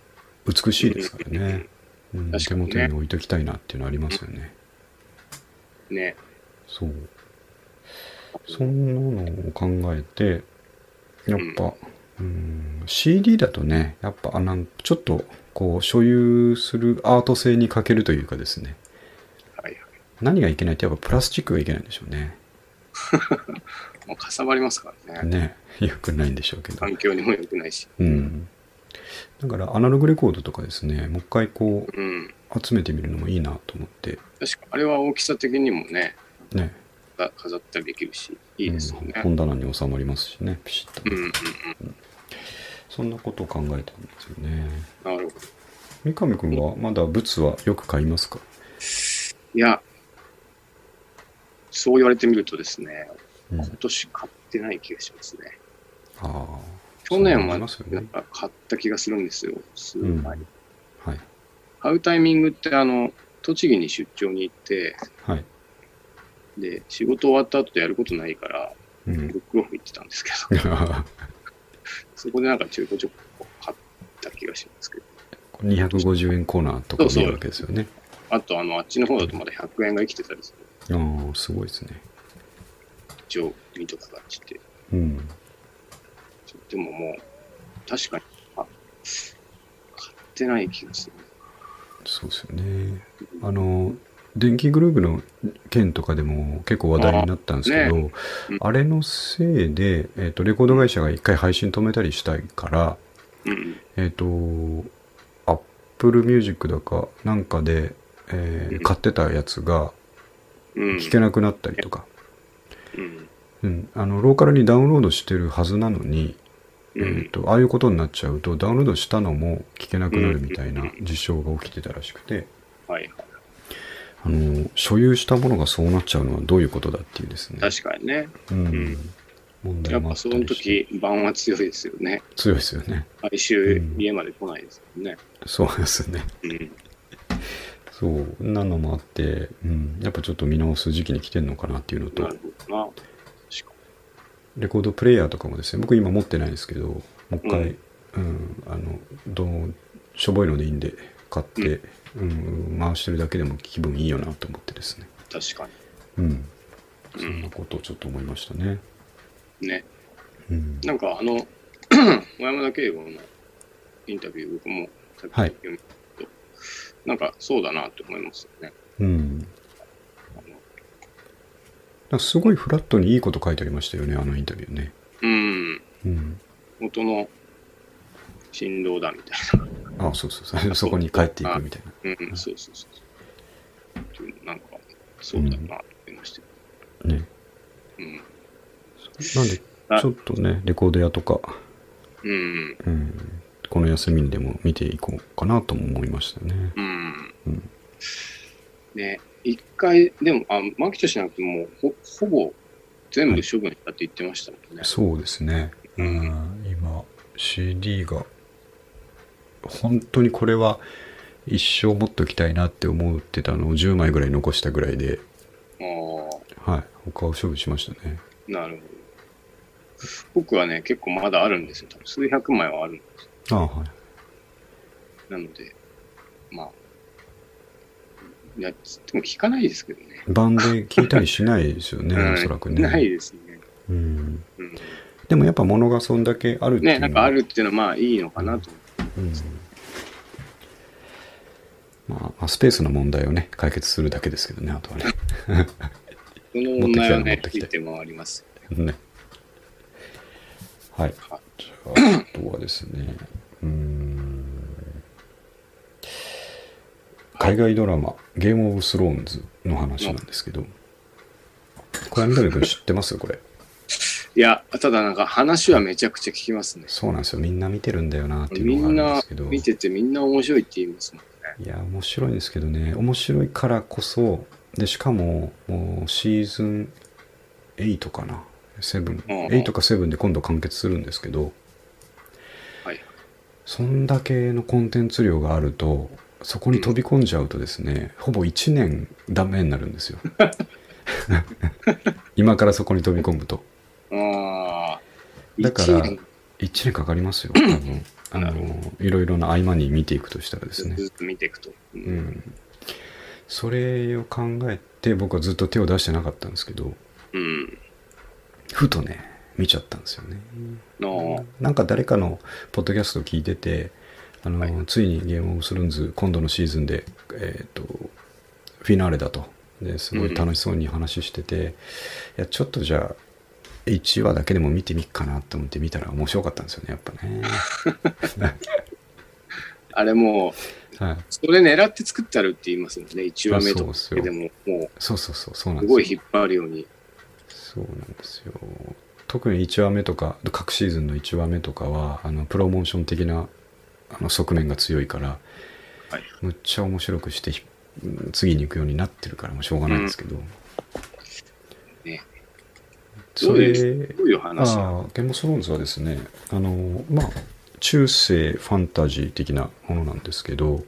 美しいですからね、うん、
確
手
かにね
元に置いときたいなっていうのありますよね
ね。
そうそんなのを考えてやっぱ、うん、CD だとねやっぱあなんちょっとこう所有するアート性に欠けるというかですね
はいはい。
何がいけないってやっぱプラスチックがいけないんでしょうね
まあ、かさばりますからね。
ね、良くないんでしょうけど。
環境にも良くないし。
うん。だから、アナログレコードとかですね、もう一回こ
うん。
う、集めてみるのもいいなと思って、
確か、あれは大きさ的にもね、
ね。
か飾ったりできるし、いいですよね。
うん本棚に収まりますしね、ピシッと
う。ん、うん、うん。
そんなことを考えてるんですよね。
なるほど。
三上くんはまだ物はよく買いますか
いや、そう言われてみるとですね、
うん
今年買ってない気がしますね。
ああ。
去年
そうなり
はな
ますよね
んか買った気がするんですよ、数
うん。は
回。
い。はい。
買うタイミングって、あの、栃木に出張に行って、
はい。
で、仕事終わった後やることないから、
うん
ブックオフ行ってたんですけど、そこでなんか中古ちょこ買った気がしますけど、
250円コーナーとか
そうそう
見るわけですよね。
あと、あの、あっちの方だとまだ100円が生きてたりする。
ああ、すごいですね。
一応、見とく感じで。
うん。
でももう、確かに、あ、買ってない気がする。
そうですよね。あの、電気グループの件とかでも結構話題になったんですけど、あ,、
あねうん
れのせいで、えっ、と、レコード会社が一回配信止めたりしたいから、
うん
えっ、と、アップルミュージックだかなんかで、えー
うん
買ってたやつが
うん。うん。
聞けなくなったりとか、
うん。
うん、あの、ローカルにダウンロードしてるはずなのに、えっ、
うん。
と、ああいうことになっちゃうと、ダウンロードしたのも聞けなくなるみたいな事象が起きてたらしくて、
はい。
あの所有したものがそうなっちゃうのはどういうことだっていうですね。
確かにね。
う
うん
ん、問
や
題
っ
もあ
ぱ
った
そ
り
の
して
時、晩は強いですよね。
強いですよね。
毎週
うん
家まで来ないですよね。
そうですね。
うん。
そうなのもあって、うん、やっぱちょっと見直す時期に来てるのかなっていうの
な
と
る、ほどな。確か
レコードプレイヤーとかもですね、僕今持ってないですけど、もう一回、うんあのどうしょぼいのでいいんで買って、うん回してるだけでも気分いいよなと思ってですね。
に。確か
うん、そんな
に。
ことをちょっと思いましたね。
うん。ね。
うん、
なんかあの、 小山田圭吾のインタビュー、僕もさっき
はい
読みたけど、なんかそうだなって思いますよね。
うん、だか
あの
らすごいフラットにいいこと書いてありましたよね、あのインタビューね。
うん。
うん、
元の振動だみたい
あそうそう そうそこに帰っていくみたいな
な。うん、そうそうそうそう。っていうのなんか、そうだなって思いましたよ。
ね
う
な
ん。
んで
あ
ちょっとねレコード屋とか、
うん。
うん、この休みにでも見ていこうかなとも思いましたね
うん。
うん
ね、一回、でも、あ、マキトしなくてもうほ、ほぼ全部処分したって言ってましたもんね。
そうですね、
うん
今 CD が本当にこれは一生持っときたいなって思ってたのを10枚ぐらい残したぐらいで、
ああ。
はい、他を処分しましたね
なるほど。僕はね、結構まだあるんですよ。多分数百枚はある。
ああはい
なので、まあ、いや、つっても聞かないですけどね。
バンで聞いたりしないですよね
うん
おそらくね
ないですね。
うん、
うん、
でもやっぱ物がそんだけあるってい
ね、
う
なん
の
かあ
は
るっていうのはまあいいのかなと思って。
うんまあまあ、スペースの問題をね、解決するだけですけどね、あとはね。
この問題はね、
持ってき
聞
た
いて回ります。
ねはい。
はい
じゃあ、あとはですね、うーん。海外ドラマ、ゲームオブスローンズの話なんですけど、これ、三上君知ってますこれ。
いや、ただなんか話はめちゃくちゃ聞きますね。
そうなんですよ。みんな見てるんだよなってい
み
うの
ん
があるんで
な
すけど。
見ててみんな面白いって言いますもんね。
いや、面白いんですけどね。面白いからこそ、で、しかも、もうシーズン8かな。7。
うん
8か7で今度完結するんですけど、
はい。
そんだけのコンテンツ量があると、そこに飛び込んじゃうとですね、ほぼ1年ダメになるんですよ。 今からそこに飛び込むと。
ああ。
だから
一
1年かかりますよ、 多分。あの、いろいろな合間に見ていくとしたらです
年
ね。
ずっと見ていくと。
う。
う
ん、それを考えて僕はずっと手を出してなかったんですけど
うん。
ふとね見ちゃったんですよね
の、
なんか誰かのポッドキャストを聞いててあの、
はい
ついにゲームオブスローンズ今度のシーズンで、えー、とフィナーレだとですごい楽しそうに話してて、いやちょっとじゃあ1話だけでも見てみっかなと思って見たら面白かったんですよねやっぱ ね。
あれもう、
はい、
それ狙って作ってあるって言いますもんね。1話目と
そう
か
そう
でも、も
そうそうそうそうな
う、
ん
す
ですよ
ごい引っ張るように。
そうなんですよ特に1話目とか各シーズンの1話目とかはあのプロモーション的なあの側面が強いから、
はい
むっちゃ面白くしてひうん次に行くようになってるからもうしょうがないですけど、
ね
それ
どういう話な
あ
の
あ、ゲームオブスローンズはですね、あの、まあ、中世ファンタジー的なものなんですけど、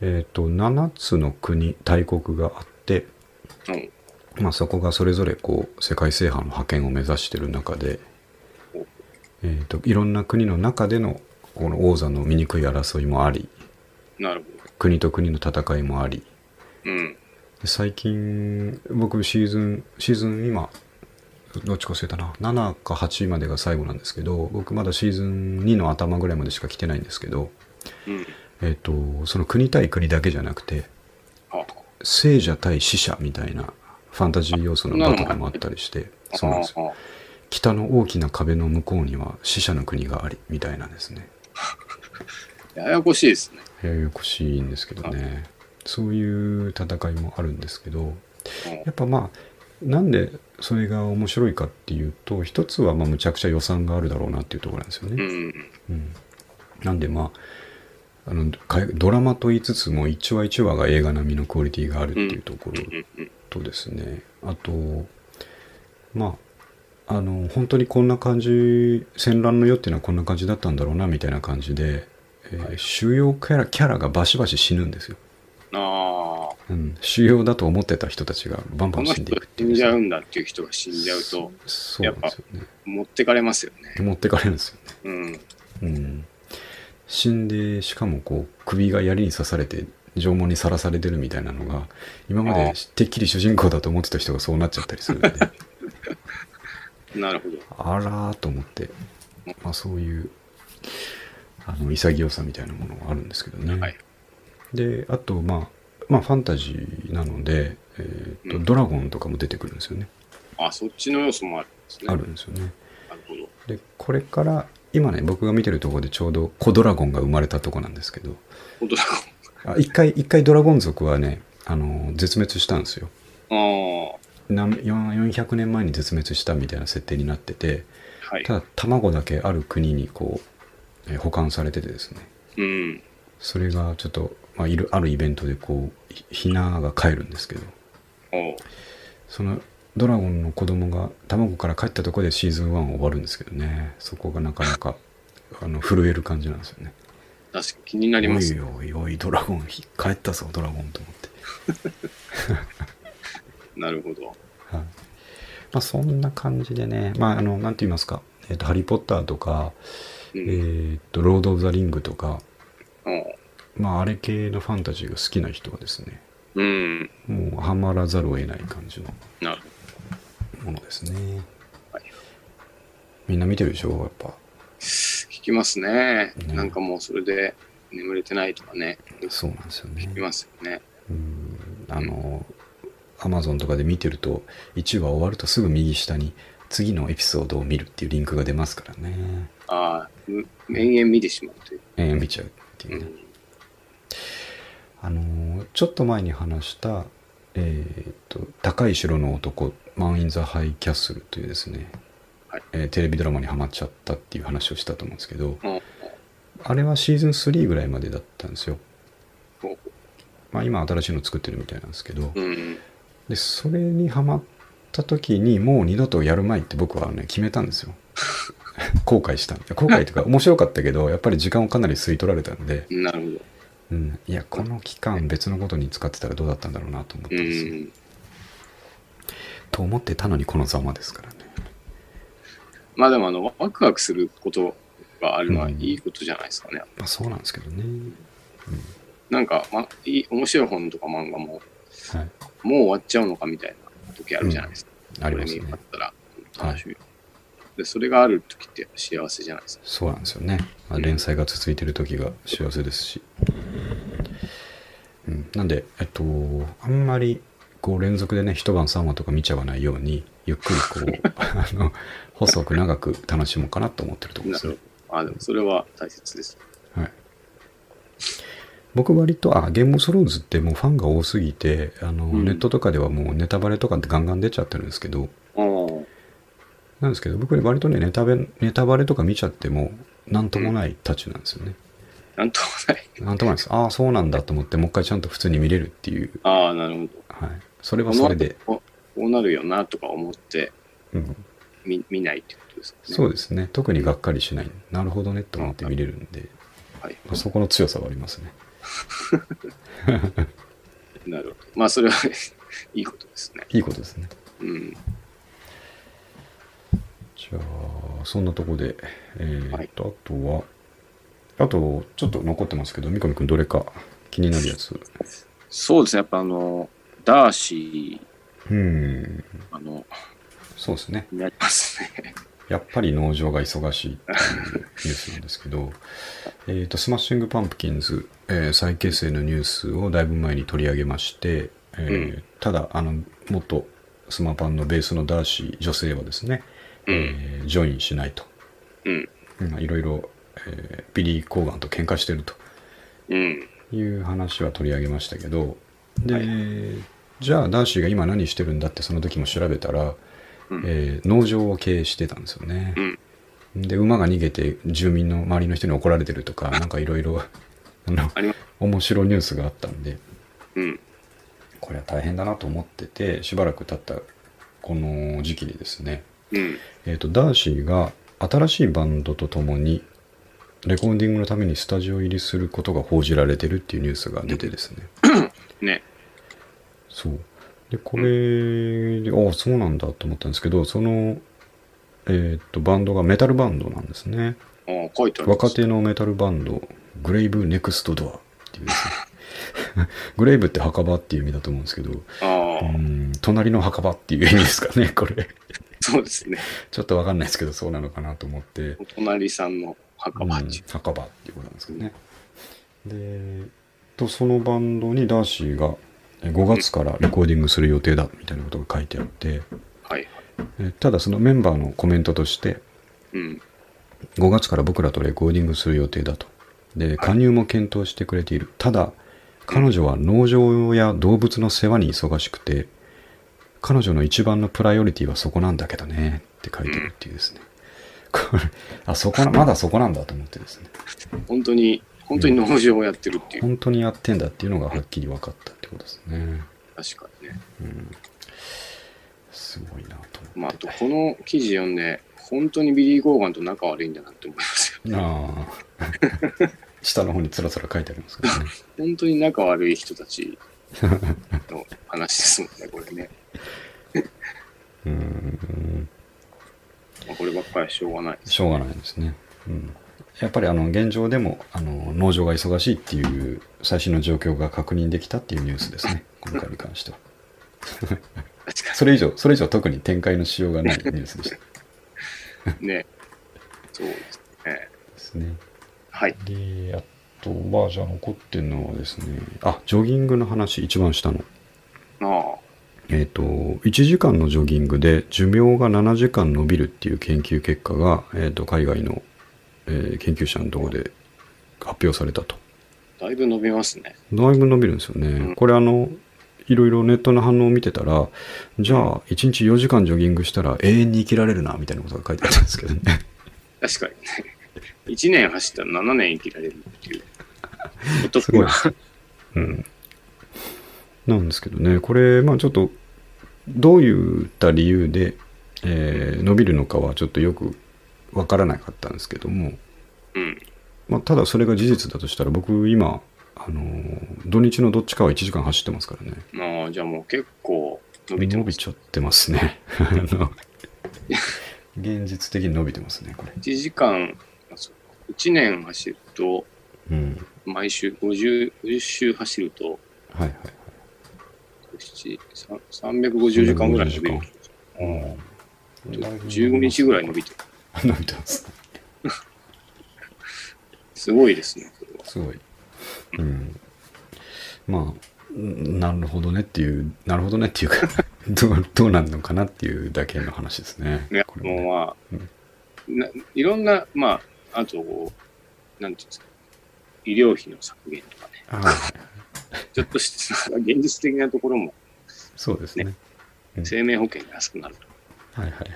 えっ、と、7つの国、大国があって、
うん
まあ、そこがそれぞれこう世界制覇の覇権を目指している中で
お、
えー、といろんな国の中でのこの王座の醜い争いもあり
なるほ
国と国の戦いもあり
ど。うん。
で最近僕シーズンシーズン今どっちか忘れたな7か8までが最後なんですけど僕まだシーズン2の頭ぐらいまでしか来てないんですけど、
うん。
えー、とその国対国だけじゃなくて
あ
聖者対死者みたいなファンタジー要素のバトルもあったりしてそうなんですよ
ああ
北の大きな壁の向こうには死者の国がありみたいなんですね
ややこしいですね。
ややこしいんですけどねそういう戦いもあるんですけどやっぱまあなんでそれが面白いかっていうと一つはまあむちゃくちゃ予算があるだろうなっていうところなんですよ
うん。う
ね、
ん
うん、なんでまああのかいドラマと言いつつも一話一話が映画並みのクオリティがあるっていうところ
うんうん。
とですねあとまああの本当にこんな感じ戦乱の世っていうのはこんな感じだったんだろうなみたいな感じで、えー主要キャラキャラがバシバシ死ぬんですよ、
ああ。
うん、主要だと思ってた人たちがバンバ
こ
ン
の
死ん
人
でいくって
死
いうんです
じ
ね
ゃうんだっていう人が死んじゃうと、
そうなんですよね
持ってかれますよね。
持ってかれるんですよ
うん。
ね、うん、死んでしかもこう首が槍に刺されて縄文にさらされてるみたいなのが今ま
あ
でてっきり主人公だと思ってた人がそうなっちゃったりするんで
なるほど。
あらーと思って、まあ、そういうあの潔さみたいなものがあるんですけどね、
はい
であと、まあ、まあファンタジーなので、えーと
うん
ドラゴンとかも出てくるんですよね、
あ、そっちの要素もあるんですね。
あるんですよね
なるほど。
でこれから今ね僕が見てるところでちょうど子ドラゴンが生まれたとこなんですけど
本当だ。
あ一回一回ドラゴン族はねあの絶滅したんですよ
ああ。
なん4 400年前に絶滅したみたいな設定になってて
はい。
ただ卵だけある国にこう、えー保管されててですね
うん。
それがちょっと、まあ、いるあるイベントでこうひひなが帰るんですけど
おう
そのドラゴンの子供が卵から帰ったところでシーズン1終わるんですけどねそこがなかなかあの震える感じなんですよね
確かに気になりますね。
おいおいおいドラゴンひ帰ったぞドラゴンと思って、
なるほど。
はいまあ、そんな感じでねまああのなんて言いますか「えっとハリー・ポッター」とか「
う
え
ん。
ー、とロード・オブ・ザ・リング」とか、
おう
まあ、あれ系のファンタジーが好きな人はですね
うん。
もうハマらざるを得ない感じの
なるほ
ものですね。
はい
みんな見てるでしょやっぱ。
ど。聞きますね。
ね
なんかもうそれで眠れてないとかね。
そうなんですよね
聞き。ますよね。
うんあの、アマゾンとかで見てると、1話終わるとすぐ右下に、次のエピソードを見るっていうリンクが出ますからね。
ああ、む延々見てしまうという。
えー見ちゃうっていううね。
ん。
あの、ちょっと前に話した、えーっと、高い城の男、マン・イン・ザ・ハイ・キャッスルというですね、
はい
えーテレビドラマにハマっちゃったっていう話をしたと思うんですけど、
おう
あれはシーズン3ぐらいまでだったんですよ。
おう
まあ、今新しいの作ってるみたいなんですけど、
うん。
でそれにハマった時にもう二度とやるまいって僕はね決めたんですよ 後悔した後悔という か面白かったけどやっぱり時間をかなり吸い取られたんで、
なるほど。
うん、いやこの期間別のことに使ってたらどうだったんだろうなと思っ
う
たんですよ、
ん。
と思ってたのにこのざまですからね
まあでもあの、ワクワクすることがあるのはいいことじゃないですかね。
まあそうなんですけどね、
なんか、ま、いい面白い本とか漫画も、
はい、
もう終わっちゃうのかみたいな時あるじゃないですか。
あり
こ
ま
れ
す
見
ね
終わったら、楽しみ。で、それがある時ってやっぱ幸せじゃないですか。
そうなんですよね、まあ、
うん
連載が続いてる時が幸せですし、うん、なんでえっとあんまりここう連続でね一晩3話とか見ちゃわないようにゆっくり こうあの細く長く楽しもうかなと思ってるところです
な
ね
る。ほど。あ、でもそれは大切です。
はい、僕割とあゲームオブスローンズってもうファンが多すぎてあの、
うん
ネットとかではもうネタバレとかってガンガン出ちゃってるんですけど
ああ。
なんですけど僕割とねネタベネタバレとか見ちゃってもなんともないたちなんですよね。
なんともない。
なんともないです。ああそうなんだと思ってもう一回ちゃんと普通に見れるっていう、
ああ、なるほ
はい、それ
ど。
はそれで、
この後こうこうなるよなとか思って
うん、
見見ないってことですかね。
そう
う
ですね特にがっかりしないなるほどねと思って見れるんで、
はい。
まあそこの強さはありますね。
なるほど。まあ、それは いいことですね。
いいことですね。
うん。
じゃあそんなとこで、えー
はい
とあとはあとちょっと残ってますけど三上君どれか気になるや つ
そうですね。やっぱあの、ダーシ
うん
ー、あの、
そうですね
になりますね。
やっぱり農場が忙しいっていうニュースなんですけど えーとスマッシングパンプキンズ、えー再結成のニュースをだいぶ前に取り上げまして、えー
う
ただあの元スマパンのベースのダーシー女性はですね、
うん
えージョインしないと
うん。
うんいろいろ、えービリー・コーガンと喧嘩してると
うん。
いう話は取り上げましたけどで、
はい
じゃあダーシーが今何してるんだってその時も調べたら、
うん
えー農場を経営してたんですよね
う、ん。
で馬が逃げて住民の周りの人に怒られてるとかなんかいろいろあの
ありま
面白いニュースがあったんで
うん。
これは大変だなと思っててしばらく経ったこの時期にですね、
うん。
えー、とダーシーが新しいバンドとともにレコーディングのためにスタジオ入りすることが報じられてるっていうニュースが出てですね、
ね。
そう。で、これで、ああ、そうなんだと思ったんですけど、その、えーっと、バンドがメタルバンドなんですね。
ああ、書いてあります
若手のメタルバンド、グレイブ・ネクスト・ドアっていうですね。グレイブって墓場っていう意味だと思うんですけど、う
ああ、
ーん、隣の墓場っていう意味ですかね、これ。
そうですね。
ちょっとわかんないですけど、そうなのかなと思って
お。隣さんの墓
うん
場中。
墓場っていうことなんですけどね。で、と、そのバンドにダーシーがえ5月からレコーディングする予定だみたいなことが書いてあって、
はい。
えーただそのメンバーのコメントとして
うん。
5月から僕らとレコーディングする予定だとで加入も検討してくれているただ彼女は農場や動物の世話に忙しくて彼女の一番のプライオリティはそこなんだけどねって書いてるっていうですねこれあそこなまだそこなんだと思ってですね
本当に、本当に農場をやってるっていう。
本当にやってんだっていうのがはっきり分かったってことですね
確かにね。
すごいなと
ま
思
あ、
っ
あ
て
と、この記事読んで、本当にビリー・ゴーガンと仲悪いんだなって思いますよ。
なあ 下の方につらつら書いてあります けどね
本当に仲悪い人たちの話ですもんね、これね。
うーん
まあ、こればっかりはしょうがないです。
しょうがないですね。うん、やっぱりあの現状でもあの農場が忙しいっていう最新の状況が確認できたっていうニュースですね、今回に関しては。それ以上、それ以上特に展開のしようがないニュースでした
確かにね。そうですね。
ですね。
はい。
で、あとは、じゃあ残ってるのはですね、あ、ジョギングの話、一番下の。
ああ、
えー、と1時間のジョギングで寿命が7時間延びるっていう研究結果が、えー、と海外の、えー研究者のところで発表されたと
だいぶ伸びますね。
だいぶ伸びるんですよね、
ん
これあのいろいろネットの反応を見てたらじゃあ1日4時間ジョギングしたら永遠に生きられるなみたいなことが書いてあったんですけどね
確かにね。1年走ったら7年生きられるっていう。お得
すごい
な。
うんなんですけどねこれまあちょっとどういった理由で、えー伸びるのかはちょっとよくわからなかったんですけども、
うん。
まあ、ただそれが事実だとしたら僕今、あのー土日のどっちかは1時間走ってますからね
まあ、じゃあもう結構伸びて
伸
ま
び
す。
ちゃってますねあ の現実的に伸びてますねこれ
1時間、あそう1年走ると、
うん
毎週 50, 50周走ると、
はいはい
7 350時間ぐらい伸びる
350。はい、うん、
15日ぐらい伸びてる。
伸びてます
すごいですね、これは。
すごいうんまあうんなるほどねっていう、なるほどねっていうか どう、どうなんのかなっていうだけの話ですね。
いや、
これもね
もうまあ、
うん
ないろんな、まあ、あと、なんていうんですか、医療費の削減とかね、
あ
ちょっとした なんか現実的なところも、
そうですね。うん
生命保険が安くなるとか、
はいはいはい。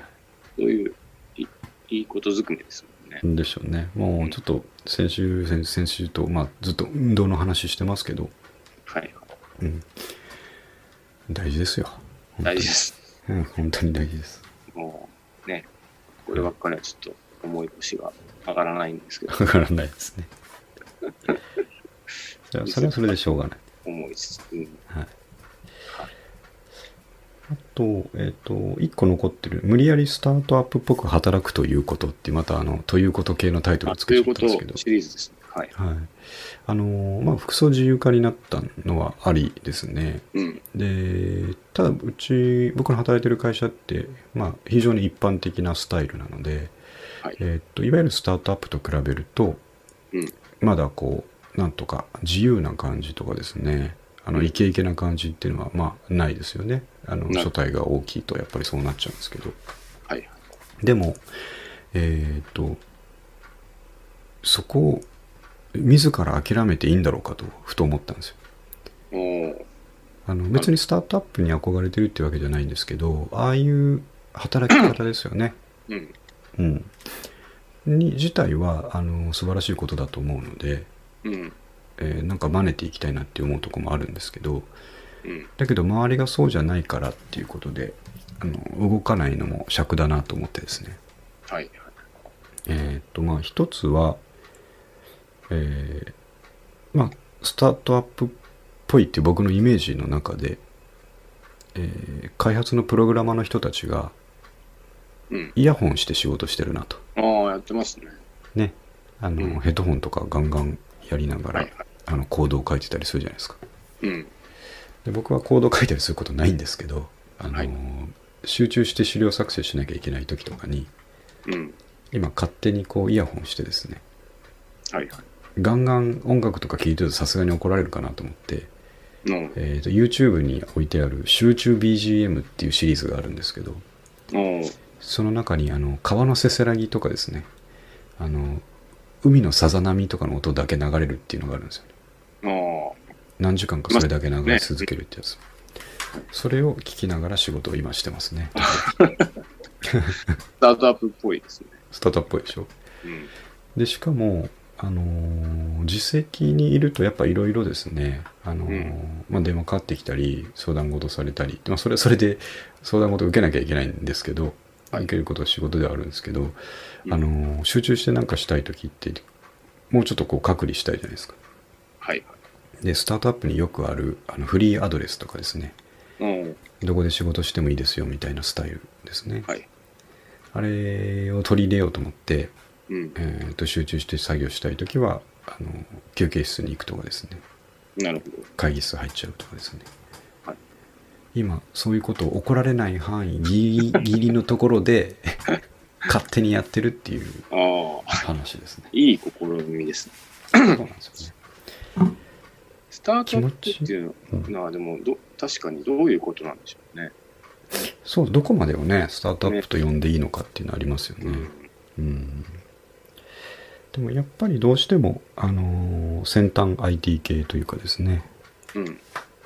そういういいいことづくめですもんね。
でしょうね。もうちょっと先週、先先週と、まあ、ずっと運動の話してますけど、
はい。
うん、大事ですよ。本当
大
に
事です。
うん、本当に大事です。
もう、ね、こればっかりはちょっと重い腰が上がらないんですけど、
わからないです ね。それはそれはそれでしょうがない。
思いつつ、うん
はい。あと、えっ、と、1個残ってる、無理やりスタートアップっぽく働くということって、また、あの、ということ系のタイトル
あ
をつ
と
け
い
ちゃ
う
った
こ
んで
と
すけど、
シリーズですね。はい。
はい。あのーまあ、服装自由化になったのはありですね。
うん。
で、ただ、うち、僕の働いてる会社って、まあ、非常に一般的なスタイルなので、
はい。
えっと、いわゆるスタートアップと比べると、
うん。
まだこう、なんとか自由な感じとかですね、あの、イケイケな感じっていうのは、まあ、ないですよね。あの、
ない
所帯が大きいと、やっぱりそうなっちゃうんですけど。
はい。
でも、えっ、と、そこを、自ら諦めていいんだろうかと、ふと思ったんですよ。
もう、
あの別にスタートアップに憧れてるってわけじゃないんですけどああいう働き方ですよね、
うん。
うん、に自体はあの素晴らしいことだと思うので、
うん。
えーなんか真似ていきたいなって思うとこもあるんですけど
うん。
だけど周りがそうじゃないからっていうことであの動かないのも尺だなと思ってですね
はい。はい
えーっとまあ一つはえーまあスタートアップっぽいって僕のイメージの中で、えー開発のプログラマーの人たちが
うん。
イヤホンして仕事してるなと
ああ、やってますね。
ねあの、
うん
ヘッドホンとかガンガンやりながら、
はいは
あのコードを書いてたりするじゃないですか
い。うん。
で僕はコードを書いたりすることないんですけど、あの
はい
集中して資料作成しなきゃいけない時とかに
うん。
今勝手にこうイヤホンしてですね
はいは
ガンガン音楽とか聴いてるとさすがに怒られるかなと思って、
い。の、
えー、と YouTube に置いてある「集中 BGM」っていうシリーズがあるんですけど
おー
その中にあの川のせせらぎとかですねあの海のさざ波とかの音だけ流れるっていうのがあるんですよね
おー
何時間かそれだけ流れ続けるってやつ、それを聞きながら仕事を今してますね
スタートアップっぽいですね。
スタートアップっぽいでしょ
うん。
でしかも、あのー自席にいるとやっぱいろいろですね、あのー
うん
まあ、電話かかってきたり相談事されたり、まあ、それはそれで相談事受けなきゃいけないんですけど、
はい
受けることは仕事ではあるんですけど、
うん
あのー集中してなんかしたい時ってもうちょっとこう隔離したいじゃないですか
はい
でスタートアップによくあるあのフリーアドレスとかですね
はい。うん。
どこで仕事してもいいですよみたいなスタイルですね、
はい。
あれを取り入れようと思って
うん。
えー、と集中して作業したい時はあの休憩室に行くとかですね
なるほ
会議室入っちゃうとかですね、
はい
今そういうことを怒られない範囲ギリギリのところ で勝手にやってるっていう
ど。ああ、
話ですね
いい試みですね。
そうなんですよね
スタートアップっていうのは、でもど、確かにどういうことなんでしょうね。
そうどこまでをねスタートアップと呼んでいいのかっていうのはありますよね
うん。
うんでもやっぱりどうしても、あのー先端 IT 系というかですね
うん。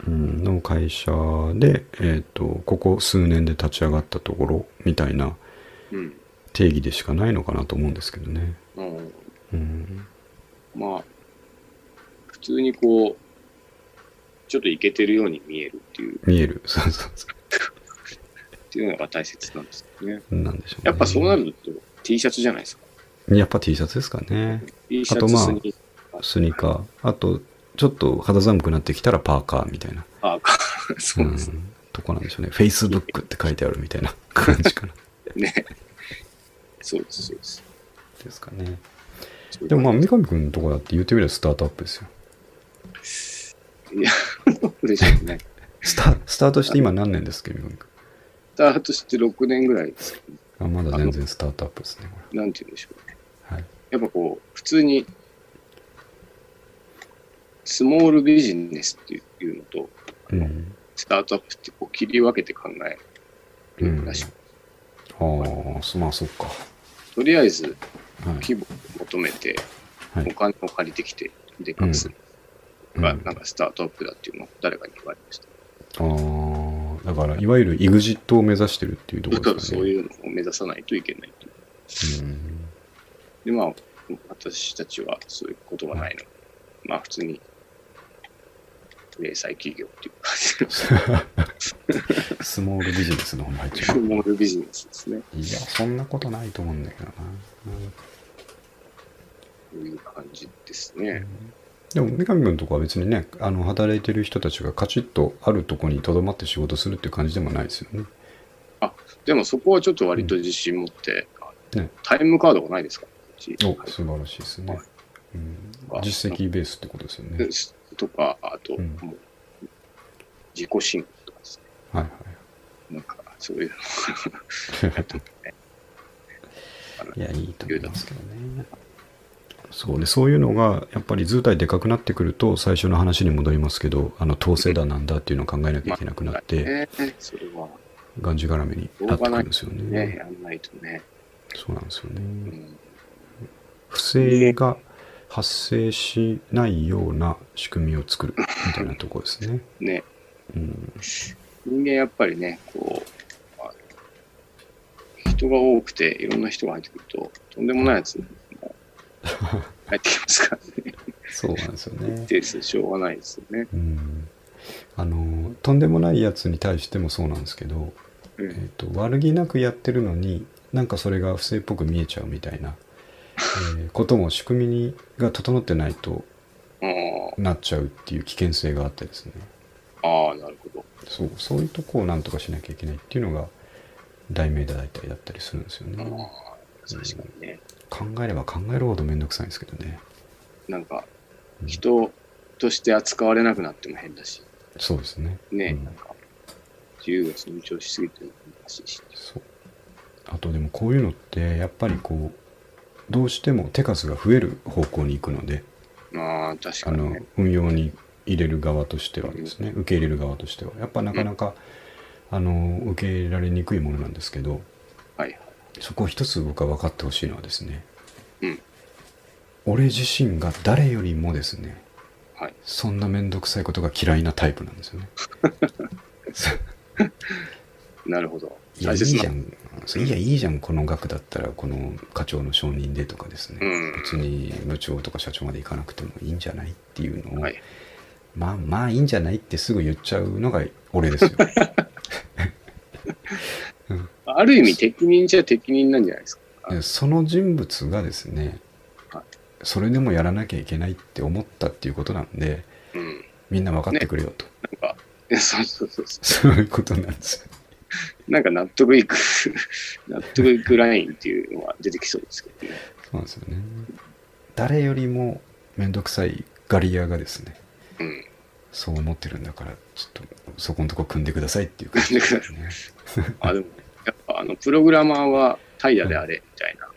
うんの会社で、えー、とここ数年で立ち上がったところみたいな
うん。
定義でしかないのかなと思うんですけどね。
うん。
うん、
まあ、普通にこう、ちょっといけてるように見えるっていう、
見える。 そうそうそ
っていうのが大切なんですよね。
う。なんでしょう、ね。
やっぱそうなると T シャツじゃないですか。
やっぱ T シャツですかね。
T シャ
あと
ツ
まあ
スニーカー
スニーカー。あと、ちょっと肌寒くなってきたらパーカーみたいな。
あ ーそうですね。
んとこなんでしょうね。Facebook って書いてあるみたいな感じかな。
ね。そうです、そうです。
ですかね。でもまあ、
あ、
三上君のとこだって言ってみればスタートアップですよ。
いや、そうでしょうね。
スタスタートして今何年ですか、三上君。
スタートして6年ぐらいですけど、
あまだ全然スタートアップですね、こ
なんて言うんでしょうね。
れ。はい。
やっぱこう、普通に、スモールビジネスっていうのと、
うん。
スタートアップってこう切り分けて考えるらしく、
ああ、そまあ、そっか。
とりあえず
はい。
規模を求めて、
はい
お金を借りてきて、でかくするのが、なんかスタートアップだっていうのを誰かに言われました。
ああ、だから、いわゆる EXIT を目指してるっていうとこ
だか
ろ
ら
です
そ
か
う
ね。
いうのを目指さないといけないと。
うん
で、まあ、私たちはそういうことがないので、まあ、普通に、零細企業っていう感じの
スモールビジネスの方に入っちゃ
ス
う。
モールビジネスですね。
いや、そんなことないと思うんだけどな。
という感じですね。
でも、三上君とかは別にね、あの働いてる人たちがカチッとあるとこにとどまって仕事するっていう感じでもないですよね。
でもそこはちょっと割と自信持って、
うんね
タイムカードがないですから、うち
お素晴らしいですね。うん
あ
実績ベースってことですよね。
とか、あと、
うん
もう、自己申告とかですね。
はいはい。
なんか、そういうのが
いや、いいと思いますけどね。そうで、そういうのが、やっぱり図体でかくなってくると、最初の話に戻りますけど、あの、統制だなんだっていうのを考えなきゃいけなくな って、
ね、それは
がんじがらめになってくるんですよ
ね、
ね。
やんないとね。
そうなんですよ
う
ね。
ん、
不正が発生しないような仕組みを作るみたいなところですね。
ね、
うん。
人間やっぱりね、こう、あの人が多くて、いろんな人が入ってくると、とんでもないやつも入ってきますからね。
そうなんですよね
一。定数しょうがないですよね。
うん。あの、とんでもないやつに対してもそうなんですけど、
う
え
ん
ー、と悪気なくやってるのになんかそれが不正っぽく見えちゃうみたいな、えーことも仕組みにが整ってないと
あ
なっちゃうっていう危険性があってですね
ああ、なるほど。
そうそういうとこをなんとかしなきゃいけないっていうのが題名だったりだったりするんですよ
あ
ね
あ確かにね。
考えれば考えるほど面倒くさいんですけどね、
なんか、
うん
人として扱われなくなっても変だし、
そうですね
ね、
うん
なんか、自由が尊重しすぎてるのもおかしいし。
そうあとでもこういうのってやっぱりこうどうしても手数が増える方向に行くので
まあ、確か
あ
に
の
ね。
運用に入れる側としてはですね、受け入れる側としてはやっぱなかなか、あの受け入れられにくいものなんですけど
はいはい。
そこを一つ僕は分かってほしいのはですね、
うん
俺自身が誰よりもですね
はい。
そんな面倒くさいことが嫌いなタイプなんですよね。
なるほど。
いやい
大
い
切
じ
な
ゃ。んそういやいいじゃんこの額だったらこの課長の承認でとかですね、
うん
別に部長とか社長まで行かなくてもいいんじゃないっていうのを、
はい。
まあまあいいんじゃないってすぐ言っちゃうのが俺ですよ。
ある意味、適任じゃ適任なんじゃないですか。
でその人物がですね
はい
それでもやらなきゃいけないって思ったっていうことなんで
うん。
みんな分かってくれよと、
なんか、いやそうそうそうそ
そういうことなんです
う。なんか納得いく、 納得いくラインっていうのは出てきそうですけどね。
そうなんですよね誰よりも面倒くさいガリアがですね
うん。
そう思ってるんだからちょっとそこのとこ組んでくださいっていう感じですね
あ、でも、やっぱ、あの、プログラマーは怠惰であれ、みたいな、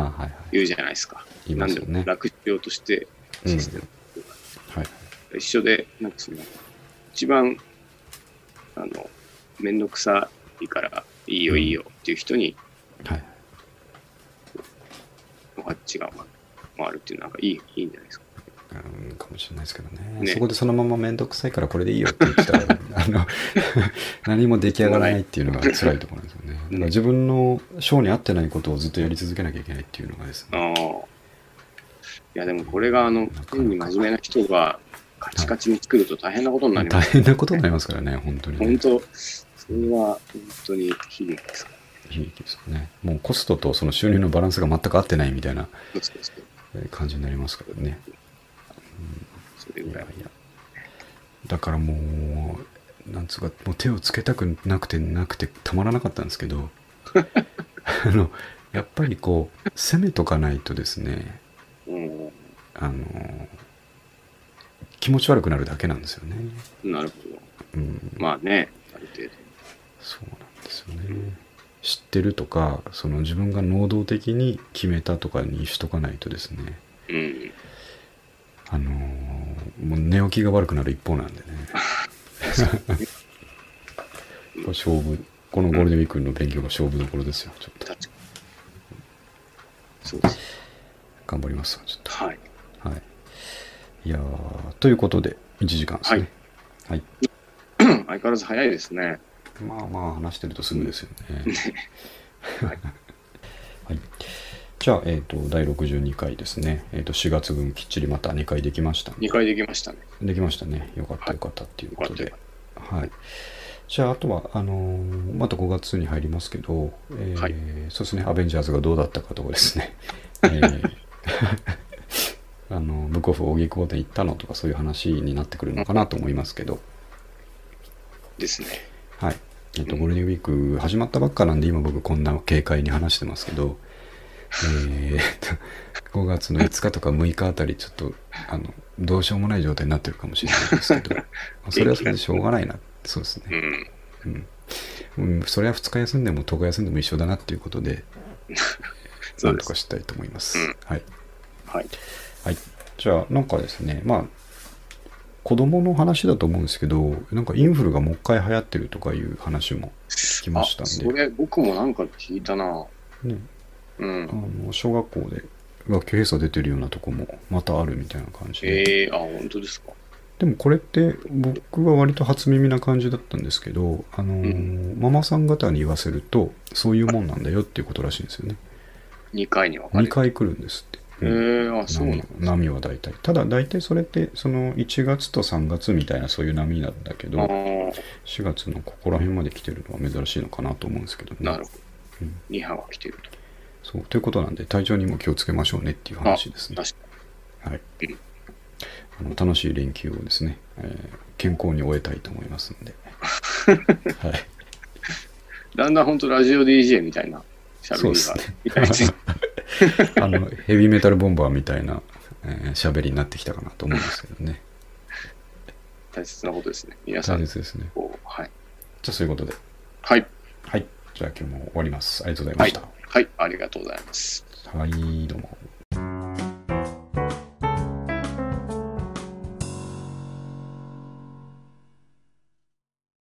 あはいはい
言うじゃないですか。
言いま
何
す
で
よ
も
ね
楽しようとして、システム
うんはい
一緒で、なんかその、一番、あの、めんどくさいから、いいよいいよっていう人に、
はい
おハッチが回るっていうのは、なんかいい、いいんじゃないですか。
うんかもしれないですけどね
ね
そこでそのまま面倒くさいからこれでいいよって言ってた らあの何も出来上がらないっていうのが辛いところなんですよねだから自分の性に合ってないことをずっとやり続けなきゃいけないっていうのがです
あ
ね
あ。いや、でもこれが、あ
な
の
かな、か
変に真面目な人が、カチカチに作ると大変なことになりま
大
す。
変なことになりますからね本当に
本
ね
当、それは本当に悲劇ですから。
悲劇ですよねもうコストとその収入のバランスが全く合ってないみたいな
そうそうそう
えー感じになりますからね
それ
い
ぐ
や
らい。
いやだからもうなんつうかもう手をつけたくなくてなくてたまらなかったんですけ どあのやっぱりこう攻めとかないとですね
うん。
あの気持ち悪くなるだけなんですよね、
なるほど。
うん、
まあね、ある程度。
そうなんですよね知ってるとかその自分が能動的に決めたとかにしとかないとですね
うん。
あのもう寝起きが悪くなる一方なんでねこれ勝負、このゴールデンウィークの勉強が勝負どころですよ。ちょっと
確かにそうです。
頑張ります。ちょっと。
はい。
はい。いやーということで、1時間ですね。はい。
相変わらず早いですね。
まあまあ、話してるとすぐですよね。はい。じゃあ、えっ、と、第62回ですね。えっ、と、4月分きっちりまた2回できましたね
2回できましたね。
できましたね。よかった
はい
よかったっていうこと
よ
で
か。
はい。じゃあ、あとは、あのーまた5月に入りますけど、えー
はい
そうですね、アベンジャーズがどうだったかとかです ね、えーあのブックオフ、荻窪店行ったのとか、そういう話になってくるのかなと思いますけど、
ですね。
はい。えっと、ゴールデンウィーク始まったばっかなんで、今僕こんな軽快に話してますけど、えーっと、5月の5日とか6日あたり、ちょっと、あの、どうしようもない状態になってるかもしれないです けど、それはそれでしょうがないな。そうです
う
ね。
ん。
うん。うん、それは2日休んでも10日休んでも一緒だなっていうことで、
そ
な
うんで
と
す
か。したいと思います。
うん
はい。
はい。
はい。じゃあ、なんかですね、まあ、子供の話だと思うんですけど、なんかインフルがもう一回流行ってるとかいう話も聞きました
あ、
んで
そ。れ、僕もなんか聞いたな。
ね、
うん
あ。の小学校で学級閉鎖出てるようなとこもまたあるみたいな感じで、
ええあ、本当ですか。
でもこれって僕は割と初耳な感じだったんですけど、あのーママさん方に言わせるとそういうもんなんだよっていうことらしいんですよね
2回に分かれ
2
て。
回来るんですって、
ええ
うん
あ、そうな
波
の。
波は大体ただ大体それってその1月と3月みたいなそういう波なんだけど
あー
4月のここら辺まで来てるのは珍しいのかなと思うんですけどね
なるほど
うん。
2波が来てると。
そうということなんで体調にも気をつけましょうねっていう話ですね
確か
はい
うん、
あの楽しい連休をですね、えー健康に終えたいと思います ので、はい、
に。だんだん本当ラジオ DJ みたいな喋
そうですね
りが、いつ
あのヘビーメタルボンバーみたいな喋、えー喋りになってきたかなと思うんですけ どね
大切なことですね。皆さ
大
ん、
切ですね
こう、はい。
じゃあそういうことで
はい。
はいじゃあ今日も終わりますありがとうございま
は
し
い
た、。
はい。ありがとうございます。
はい、どうも